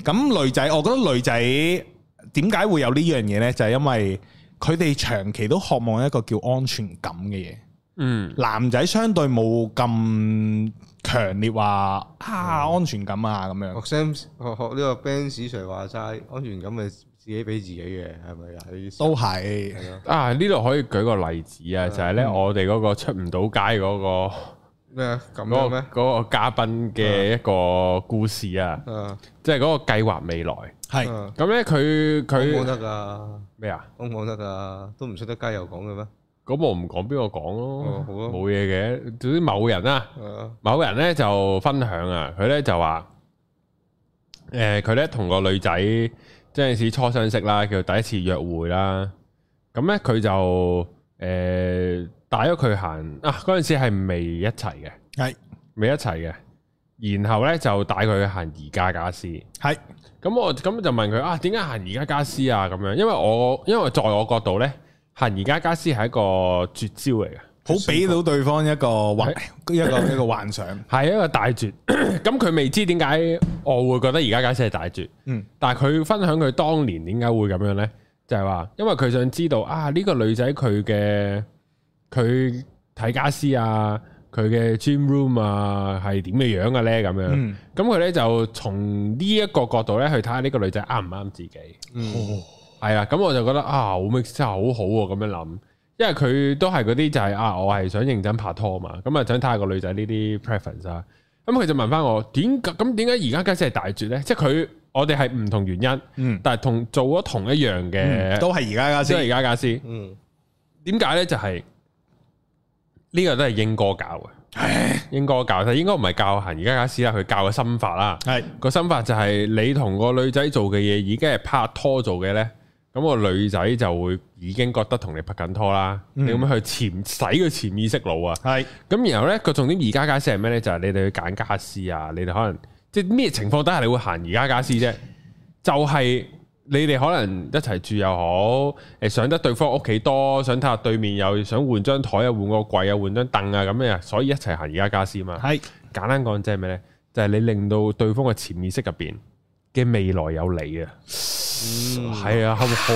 A: 咁女仔，我覺得女仔點解會有呢樣嘢呢？就係、因為佢哋長期都渴望一個叫安全感嘅嘢。
B: 嗯
A: 男仔相對冇咁強烈話啊安全感啊咁
C: 學
A: 樣。
C: Sam 學學呢個 Ben Sir 話齋安全感係自己俾自己嘅，係咪啊？你
A: 都係
C: 係咯
B: 啊，呢度可以舉個例子
C: 嗯
B: 啊，就係咧我哋嗰個出唔到街嗰個
C: 咩啊咁樣
B: 嗰
C: 咩
B: 個？嗰個嘉賓嘅一個故事啊，
C: 啊
B: 即係嗰個計劃未來。
A: 係
C: 啊
B: 咁咧，佢
C: 講
B: 佢
C: 唔得㗎，
B: 咩啊？
C: 講唔得㗎，都唔出得街又講嘅咩？
B: 咁我唔講邊個講咯
C: 哦，好啊
B: 冇嘢嘅。總之某人啊，
C: 啊
B: 某人咧就分享啊，佢咧就話，誒、佢咧同個女仔即係時初相識啦，叫第一次約會啦。咁咧佢就誒、帶咗佢行啊，嗰陣時係未一齊嘅，
A: 係
B: 未一齊嘅。然後咧就帶佢去行宜家家私。
A: 係
B: 咁我咁就問佢啊，點解行宜家家私啊？咁樣，因為我因為在我角度咧，行宜家家私係一個絕招嚟嘅。
A: 好俾到對方一個幻一個 一個幻想。
B: 係一個大絕， 咁佢未知點解我會覺得而家假設係大絕，
A: 嗯，
B: 但係佢分享佢當年點解會咁樣呢？就係話因為佢想知道啊呢、個女仔佢嘅佢睇家私啊，佢嘅 gym room 啊係點嘅樣嘅呢？咁樣，
A: 嗯，
B: 咁佢呢就從呢一個角度呢去睇下呢個女仔啱唔啱自己，哦
C: 嗯
B: 係啦，咁我就覺得啊好 make 真係好好喎、咁樣諗。因為佢都係嗰啲就係、啊，我係想認真拍拖嘛，咁啊想睇下個女仔呢啲 preference 啊。咁佢就問翻我點解咁點解而家家姐係大絕咧？即係佢我哋係唔同原因，
A: 嗯
B: 但係同做咗同一樣嘅，
A: 都係而家家
B: 嗯即係
A: 先
B: 而。家家私。
C: 嗯
B: 點解咧？就係、呢、個都係英哥教嘅，英哥教，但應該唔係教行而家家私啦，佢教嘅心法啦。
A: 係
B: 個心法就係你同個女仔做嘅嘢已經係拍拖做嘅呢。咁、個女仔就會已經覺得同你拍緊拖啦。你咁樣去潛洗佢潛意識腦啊。
A: 係
B: 咁然後呢個重點而家家私係咩呢？就係、你哋去揀家私啊，你哋可能即係咩情況底下你會行而家家私啫？就係、你哋可能一齊住又好，誒想得對方屋企多，想睇下對面又想換張台啊、換個櫃啊、換張凳啊咁樣，所以一齊行而家家私嘛。
A: 係
B: 簡單講即係咩呢？就係、你令到對方嘅潛意識入邊嘅未來有你啊！係啊，係咪好？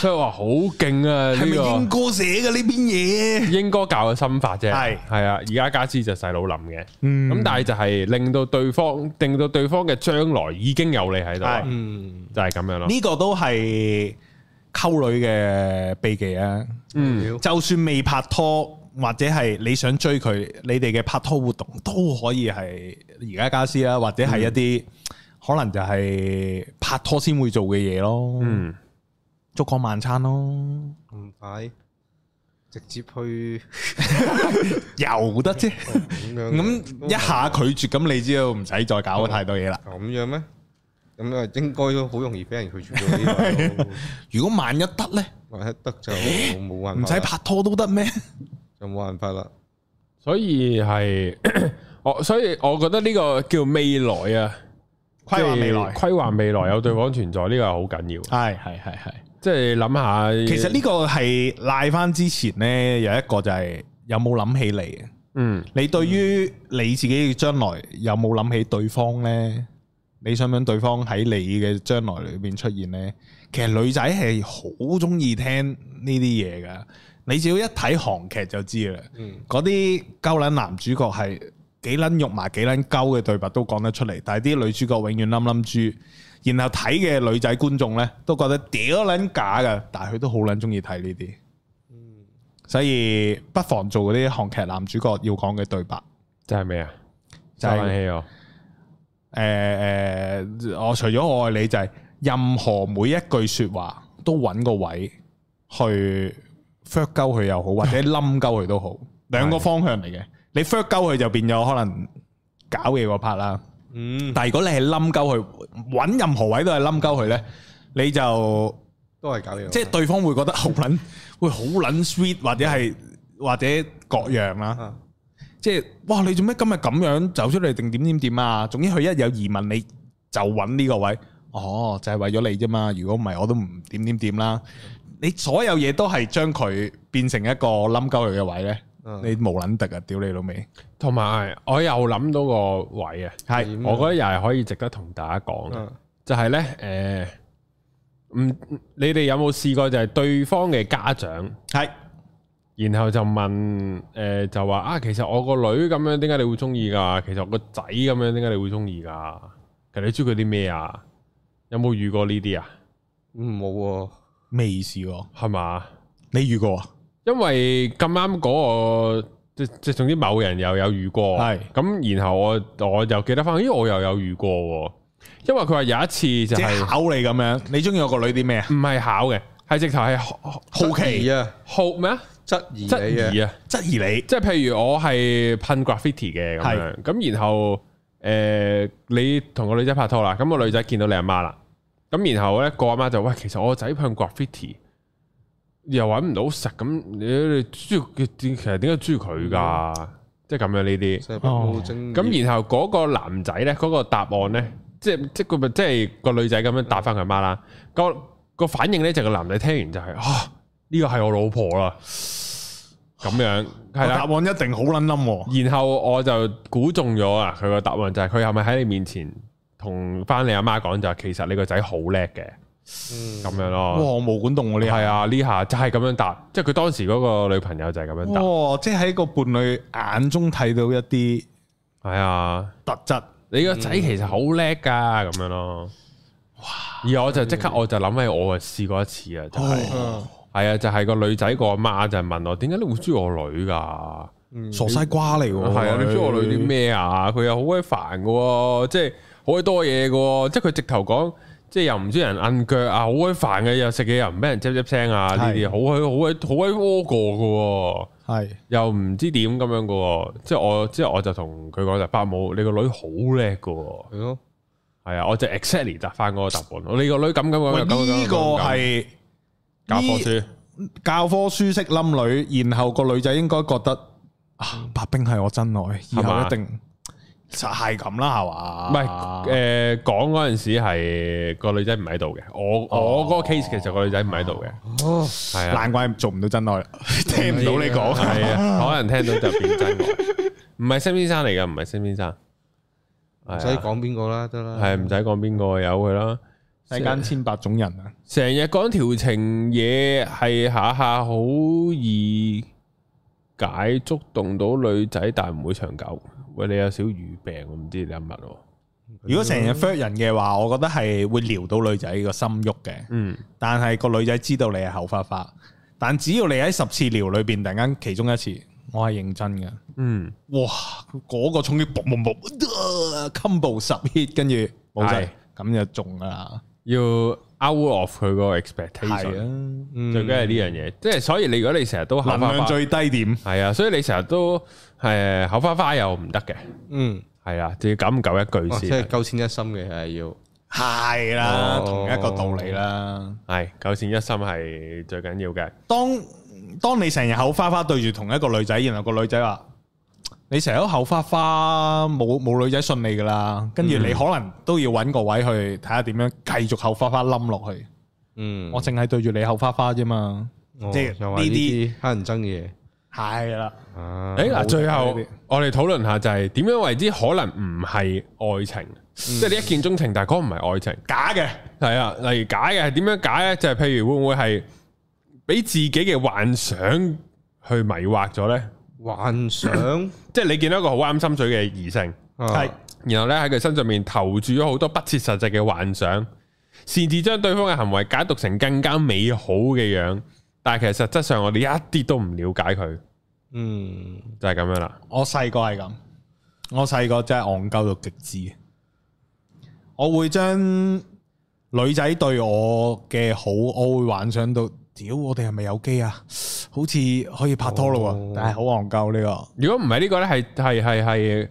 B: 所以話好勁啊！
A: 嗯係
B: 呢、
A: 咪英
B: 個
A: 哥寫嘅呢篇嘢？
B: 英哥教嘅心法啫，
A: 係
B: 係啊！而家家私就細佬諗嘅，咁、
A: 嗯
B: 但係就係令到對方，令到對方嘅將來已經有你喺度啊，
C: Ừ.
A: 係
C: 嗯
B: 就係咁樣咯。
A: 呢個都係溝女嘅秘技啊！
C: Ừ.
B: 嗯，
A: 就算未拍拖，或者係你想追佢，你哋嘅拍拖活動都可以係而家家私啦，或者係一
B: 嗯
A: 啲、可能就係拍拖先會做嘅嘢咯，
B: 嗯，
A: 燭光晚餐咯，
C: 嗯係直接去
A: 又得啫。
C: 咁樣
A: 咁一下拒絕，咁你知道唔使再搞太多嘢啦。
C: 咁樣咩？咁啊，應該都好容易俾人拒絕咗呢個
A: 如果萬一得呢，
C: 萬一得就冇辦法啦，
A: 唔使拍拖都得 咩？
C: 就冇辦法啦。
B: 所以係 我，所以我覺得呢個叫未來啊，
A: 規劃未來
B: 即係規劃未來有對方存在呢個係好緊要，
A: 係係係係。
B: 即係諗下。
A: 其實呢個係賴翻之前呢，有一個就係有冇諗起你，
B: 嗯
A: 你對於你自己嘅將來有冇諗起對方呢？你想唔想對方喺你嘅將來裏面出現呢？其實女仔係好中意聽呢啲嘢噶，你只要一睇韓劇就知啦。
C: 嗯，
A: 嗰啲鳩撚男主角係幾撚肉麻幾撚鳩嘅對白都講得出嚟，但係啲女主角永遠冧冧豬，然後睇嘅女仔觀眾呢，都覺得屌撚假㗎，但係佢都好撚中意睇呢啲，所以不妨做嗰啲韓劇男主角要講嘅對白，
B: 就係咩啊？
A: 就
B: 就
A: 係
B: 係我
A: 誒、誒、我除咗我愛你就係、任何每一句説話都揾個位去 fuck 鳩佢又好，或者冧鳩佢都好，兩個方向嚟嘅。你 fuck 鳩佢就變咗可能搞嘢嗰 part 啦，
C: 嗯，
A: 但係如果你係冧鳩佢，揾任何位都係冧鳩佢呢，你就
C: 都係搞嘢。
A: 即係對方會覺得好撚會好撚 sweet 或者係或者各樣啦。
C: 啊，
A: 即係哇！你做咩今日咁樣走出嚟定點點點啊？總之佢一有疑問你就揾呢個位，哦，就係、為咗你啫嘛。如果唔係我都唔點點點啦。你所有嘢都係將佢變成一個冧鳩佢嘅位呢，
C: 嗯
A: 你無撚敵啊！屌你老味，
B: 同埋我又諗到個位啊，
A: 係
C: 點啊
B: 我覺得又係可以值得同大家講嘅，
C: 啊
B: 就係呢。誒，唔，你哋有冇試過就係對方嘅家長？
A: 係
B: 然後就問誒、呃就話啊，其實我個女咁樣，點解你會中意㗎？其實我個仔咁樣，點解你會中意㗎？其實你中意佢啲咩啊？有冇遇過呢啲啊？
C: 嗯冇喎，
A: 未試過？
B: 係嘛？
A: 你遇過啊？
B: 因為咁啱嗰個即即總之某人又有遇過，
A: 係
B: 咁，然後我我又記得翻，咦，我又有遇過喎。因為佢話有一次就
A: 即
B: 係
A: 係考你咁樣，你中意我個女啲咩啊？
B: 唔係考嘅，係直頭係好
A: 好奇
C: 質疑啊，
B: 好咩啊？
C: 質疑你
B: 質疑
C: 嘅，
B: 啊！
A: 質疑你
B: 即係譬如我係噴 graffiti 嘅咁樣，咁然後诶、呃你同個女仔拍拖啦，咁、個女仔見到你阿媽啦，咁然後咧個阿媽就喂，其實我個仔噴 graffiti 又揾唔到食，咁你你中意佢點其實點解中意佢㗎？即係咁樣呢啲。
C: 即係冇精。
B: 咁然後嗰個男仔咧，嗰、個答案咧，即係即係佢即係個女仔咁樣答翻佢媽啦。個個反應咧就係個男仔聽完就係、啊，呢個係我老婆啦，咁樣
A: 個
B: 係
A: 答
B: 啦
A: 案。一定好撚冧喎。
B: 然後我就估中咗啊！佢個答案就係佢係咪喺你面前同翻你阿媽講就係其實你個仔好叻嘅
C: 嗯
B: 咁樣
A: 哇！
B: 咯。
A: 我冇管動我呢下
B: 係。啊，呢下就係咁樣答，即係佢當時嗰個女朋友就係咁樣答。
A: 哇！哦即係喺個伴侶眼中睇到一啲
B: 係啊，
A: 特質。
B: 你個仔其實好叻噶咁樣咯。而我就即刻我就諗起我啊試過一次啊，就係
A: 哦
B: 係啊，就係個女仔個阿媽就問我點解你會中意我女㗎？
A: 傻西瓜嚟喎，
B: 係啊，你知我女啲
A: 咩？
B: 咩啊？佢又好鬼煩嘅喎，即係好鬼多嘢嘅喎，即係佢直頭講，即係又唔知人摁腳啊，好鬼煩嘅，又食嘢又唔俾人吱吱聲啊，呢啲
A: 係
B: 好鬼好鬼好鬼窩過嘅喎，
A: 係
B: 又唔知點咁樣嘅喎，即係我即係我就同佢講就伯母，你個女好叻嘅喎，
C: 係咯，
B: 係啊，我就 exactly 答翻嗰個答案，你個女咁咁
A: 喂
B: 咁咁咁咁
A: 呢個
B: 咁
A: 係
B: 教科
A: 呢啊
B: 書，
A: 教科書式冧女，然後個女仔應該覺得啊，白冰係我真愛，以後
B: 嘛
A: 一定實係咁啦，係嘛？
B: 唔係誒講嗰陣時係個女仔唔喺度嘅，我
A: 哦
B: 我嗰個 case 其實個女仔唔喺度嘅。
C: 哦，
B: 系啊，
A: 難怪做唔 到真愛啦，聽唔到你講。
B: 系啊，可能聽到就變真愛，唔係森先生嚟㗎，唔係森先生，
C: 唔
B: 唔
C: 使講邊個啦，得啦。
B: 係唔使講邊個有佢啦。
A: 世間千百種人啊，
B: 成日講調情嘢，係下下好易解觸動到女仔，但唔會長久。喂，你有少語病，我唔知你有乜喎。
A: 如果成日 f 人嘅話，我覺得係會撩到女仔個心喐嘅。
B: 嗯，
A: 但係個女仔知道你係口花花，但只要你喺十次撩裏邊，突然間其中一次，我係認真嘅。
B: 嗯，
A: 哇！嗰、個衝擊嘣嘣嘣呃，combo 十 hit，跟住冇晒
B: 係，
A: 咁就中㗎啦。
B: 要 out of 佢個 expectation，
A: 係
B: 最緊係呢樣嘢。即係所以你如果你成日都
A: 啊，
B: 口
A: 能
B: 花
A: 量
B: 花，
A: 最低點
B: 係啊，所以你成日都係口花花又唔得嘅，
C: 嗯，
B: 係啦，就要敢唔夠一
C: 哇
A: 哦
B: 句
C: 哦即
B: 先
C: 係，夠錢一心嘅係要，
A: 係啦，
C: 哦
A: 同一個道理啦。
B: 係九線一心係最緊要嘅。
A: 當當你成日口花花對住同一個女仔，然後個女仔話：你成日都口花花，冇冇女仔信你噶啦。跟住你可能都要揾個位去睇下點樣繼續口花花冧落去。
C: 嗯，
A: 我淨係對住你口花花啫嘛。
C: 哦
A: 即係
C: 又話
A: 呢
C: 呢
A: 啲
C: 啲黑人憎嘅
A: 係啦，
C: 嘢，啊，
B: 誒嗱，最
A: 好
B: 後
A: 呢啲
B: 我哋討論下就係點樣為之可能唔係愛情，
A: 嗯
B: 即係你一見鍾情，但係嗰個唔係愛情。
A: 假嘅。
B: 係啊，例如解嘅係點樣解咧？就係、譬如會唔會係俾自己嘅幻想去迷惑咗咧？
C: 幻想 啊
B: 即係你見到一個好啱心水嘅異性，
A: 係
C: 係
B: 然後咧喺佢身上面投注咗好多不切實際嘅幻想，擅自將對方嘅行為解讀成更加美好嘅樣，但係其實實質上我哋一啲都唔了解佢，
C: 嗯，
B: 就係、咁樣啦。
A: 我細個係咁，我細個真係戇鳩到極致。我會將女仔對我嘅好，我會幻想到，屌我哋係咪有機啊？好似可以拍拖咯喎，
C: 哦
A: 但係好戇鳩呢個。
B: 如果唔係呢個咧，係係係係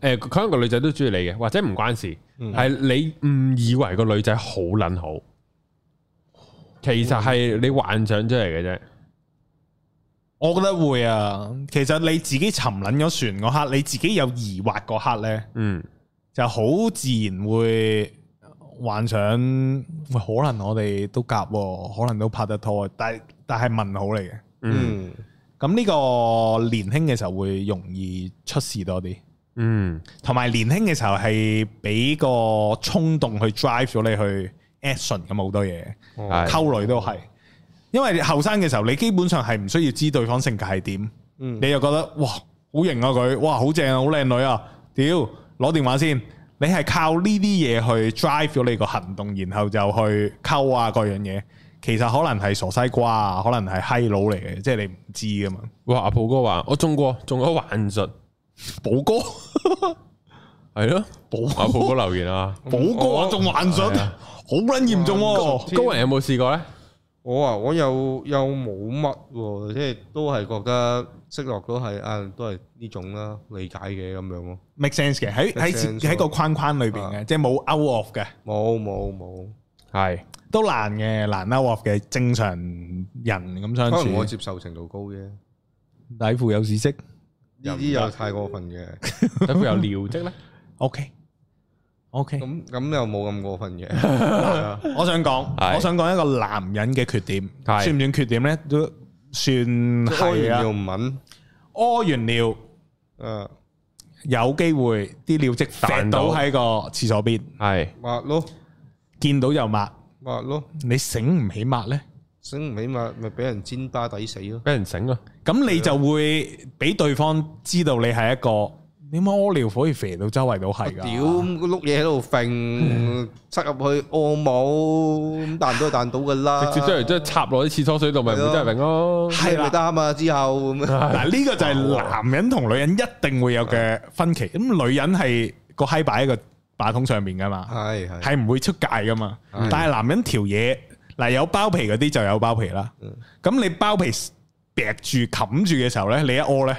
B: 誒，可能個女仔都中意你嘅，或者唔關事，
A: 嗯
B: 係、你誤以為個女仔好撚好，其實
A: 嗯
B: 係你幻想出嚟嘅啫。
A: 我覺得會啊，其實你自己沉撚咗船嗰刻，你自己有疑惑嗰刻呢，
B: 嗯，
A: 就好自然會幻想，喂，可能我哋都夾喎，可能都拍得拖，但係但係問號嚟嘅。
C: 嗯，
A: 咁呢個年輕嘅時候會容易出事多啲，
B: 嗯，
A: 同埋年輕嘅時候係俾個衝動去 drive 咗你去 action 咁好多嘢，
B: 係
A: 溝女都係，因為後生嘅時候你基本上係唔需要知對方性格係點，
C: 嗯
A: 你又覺得哇好型啊佢，哇好正啊好靚女啊，屌攞電話先，你係靠呢啲嘢去 drive 咗你個行動，然後就去溝啊各樣嘢，其實可能係傻西瓜啊，可能係閪佬嚟嘅，即係你唔知噶嘛，
B: 哇！阿寶哥話我中過，中咗幻術，
A: 寶哥。
B: 係咯。
A: 寶
B: 阿寶哥留言啊，
A: 寶哥啊，仲幻想，好撚嚴重喎！
B: 哦高人有冇試過咧？
C: 我啊，我又又冇乜喎，即係都係覺得識落都係啊，都係呢種啦，理解嘅咁樣咯。
A: make sense 嘅，喺喺
C: make sense
A: 喺個框框裏邊嘅，即係冇 out of 嘅，
C: 冇冇冇，
B: 係
A: 都難嘅，難 out of 嘅，正常人咁相
C: 可能我
A: 處。
C: 接受程度高啫。呢
A: 底褲有屎色
C: 啲又太過分嘅，
B: 得佢有尿跡咧？
A: ，OK OK。
C: 咁咁又冇咁過 分嘅。係啊
A: 我想講，
B: 係
A: 我想講一個男人嘅缺點，
B: 係
A: 算唔算缺點咧？都算
C: 開完
A: 係
C: 又
A: 啊！
C: 唔啊問，
A: 屙完尿
C: 誒
A: 有機會啲尿跡
B: 彈
A: 彈
B: 到
A: 到喺個廁所邊，
B: 係
C: 抹咯
A: 見到就抹，
C: 抹咯，
A: 你醒唔起抹咧？
C: 醒唔起抹咪俾人煎巴抵死咯。
B: 俾人醒啊！
A: 咁你就會俾對方知道你係一個點解屙尿可以肥到周圍都係
C: 屌，
A: 㗎？
C: 個碌嘢喺度揈，塞入去我冇，咁彈都係彈到噶啦。
B: 直接將嚟將插落啲廁所水度，咪唔會真係明咯。
A: 係啦
C: 咪得啊嘛，之後咁 樣。
A: 嗱，呢個就係男人同女人一定會有嘅分歧。咁女人係個閪擺喺個馬桶上面㗎嘛，
C: 係係。
A: 係唔會出界㗎嘛。
C: 嗯
A: 但係男人條嘢嗱有包皮嗰啲就有包皮啦。咁你包皮擗住冚住嘅時候咧，你一屙咧，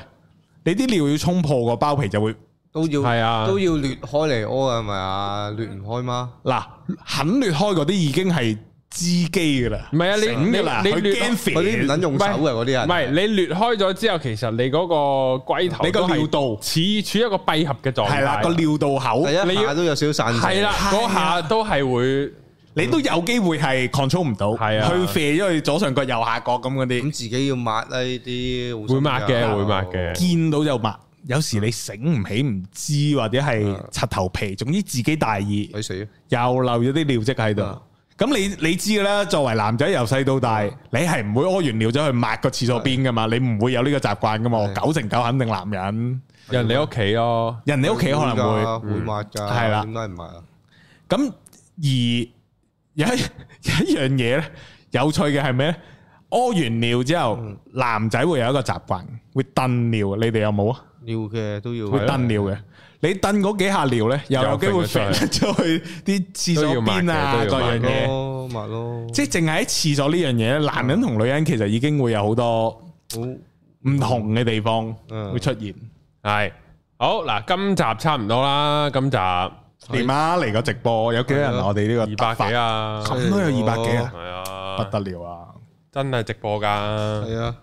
A: 你啲尿要衝破個包皮就會。
C: 都要
B: 係啊
C: 都要裂開嚟屙啊，係咪啊？裂唔開嗎？
A: 嗱，肯裂開嗰啲已經係知機噶啦，
B: 唔係啊你
A: 醒㗎啦，
B: 你
A: 佢
B: 你
A: 驚肥，
C: 嗰啲唔撚用手嘅嗰啲人，
B: 唔係你裂開咗之後，其實你嗰個龜頭
A: 你個
B: 都係
A: 尿道
B: 似處一個閉合嘅狀態，
A: 係啦個尿啊道口，
C: 第
B: 你
C: 一
B: 要
C: 下都有少少散射。
B: 係啦，嗰下都係會
A: 你都有機會係 control 唔到，
B: 係啊
A: 去肥咗去左上角、右下角咁
C: 咁
A: 嗰啲，
C: 自己要抹啦呢啲，好
B: 會抹
C: 辛苦
B: 嘅，
C: 㗎
B: 會抹。嘅，
A: 見到就抹。有時你醒唔起唔知，或者係擦頭皮，總之自己大意，
C: 抵死啊！
A: 又漏咗啲尿跡喺度
C: 啊。
A: 咁你你知㗎啦，作為男仔由細到大，你係唔會屙完尿走去抹個廁所邊噶嘛，你唔會有呢個習慣噶嘛，我
C: 係
A: 九成九肯定男人，
B: 人哋屋企咯，
A: 人
C: Ờ,
A: 哋屋企可能會。
C: 會會抹㗎，
A: 係啦
C: 點解唔抹啊？
A: 咁而有一 有一樣嘢咧，有趣嘅係咩咧？屙完尿之後，男仔會有一個習慣，會燉尿。你哋有冇啊？
C: 要嘅都要，
A: 會
B: 係咯
A: 蹬尿嘅。你蹬嗰幾下尿咧，又有機會
B: 又揈
A: 揈
B: 咗
A: 出去啲廁
B: 都
A: 所
B: 要抹嘅
A: 邊
B: 都
A: 啊，各
B: 要抹
A: 樣
B: 嘅
A: 嘢。
C: 咯，抹咯，
A: 即係淨係喺廁所呢樣嘢，男人同女人其實已經會有好多
C: 好
A: 唔同嘅地方
C: 嗯
A: 會出現。
B: 系好嗱，今集差唔多啦，今集二
A: 點啊？嚟個直播有幾多人
C: 係
A: 啊？
C: 咯
A: 我哋呢個
B: 百几啊，
A: 突發咁都有二百幾
B: 系
A: 啊，不
B: 啊，
A: 得了啊！
B: 真系直播噶，
C: 係啊，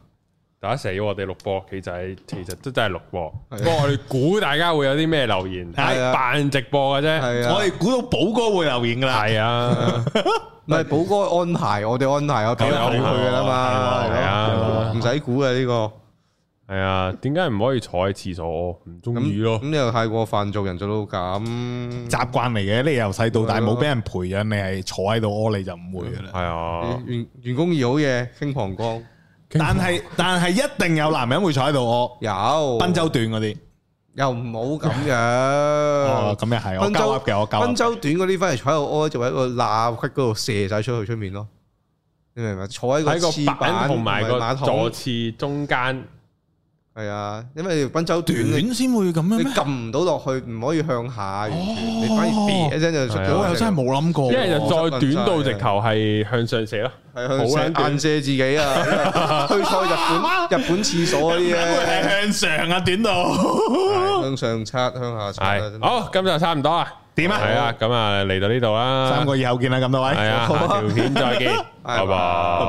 B: 大家死我哋录播，其实其实都真系录播，
C: 係啊
B: 不过我哋估大家会有啲咩留言，
A: 係
C: 啊
B: 扮直播嘅啫，
C: 係啊，
A: 我哋估到寶哥會留言噶啦，
B: 系 啊，
C: 唔係寶哥安排，我哋安排啊，俾
A: 係
C: 佢
A: 啊
C: 去噶啦嘛，
B: 啊
A: 係
B: 係啊
C: 唔使估嘅呢個。
B: 系啊，点解唔可以坐喺厕所？我唔中意
C: 咁
B: 咯
C: 咁，你又太過犯做人做到咁，
A: 習慣嚟嘅。你由細到
C: 係
A: 大
C: 咯
A: 冇俾人培養，你係坐喺度屙，你就唔會噶啦
B: 系。啊，
C: 員員工二好嘢，傾膀胱
A: 但係但係一定有男人會坐喺度屙，
C: 有，
A: 賓州段嗰啲。
C: 又唔好咁
A: 哦，啊
C: 樣。
A: 咁又係，我
C: 賓
A: 交
C: 州
A: 嘅，我交
C: 賓州短嗰啲反而坐喺度屙，就喺個罅隙嗰度射晒出去出面咯。你明唔明？坐喺個
B: 喺
C: 廁
B: 个板同埋
C: 個
B: 个
C: 馬
B: 坐
C: 桶，
B: 厕中间，
C: 係啊，因為賓州短你
A: 短先會咁樣
C: 你
A: 咩？
C: 撳唔到落去，唔可以向下，完全你反而
A: 哦
C: 咇一聲就出
B: 係啊
C: 咗。
A: 我又真係冇諗過
B: 一
A: 喎。
B: 系就再短到
C: 真係
B: 直头系向上射咯，
C: 係
B: 好
C: 向射
B: 撚短
C: 硬射自 己啊！去賽日本日本廁所嗰啲 咧。
A: 向上啊，短到
C: 向上刷，向下刷啊
B: 系好，今集差唔多啊，
A: 點啊
B: 系啊，咁啊嚟到呢度啦，
A: 三個以後見啦，咁多位。
B: 系啊，下条片再见，拜拜。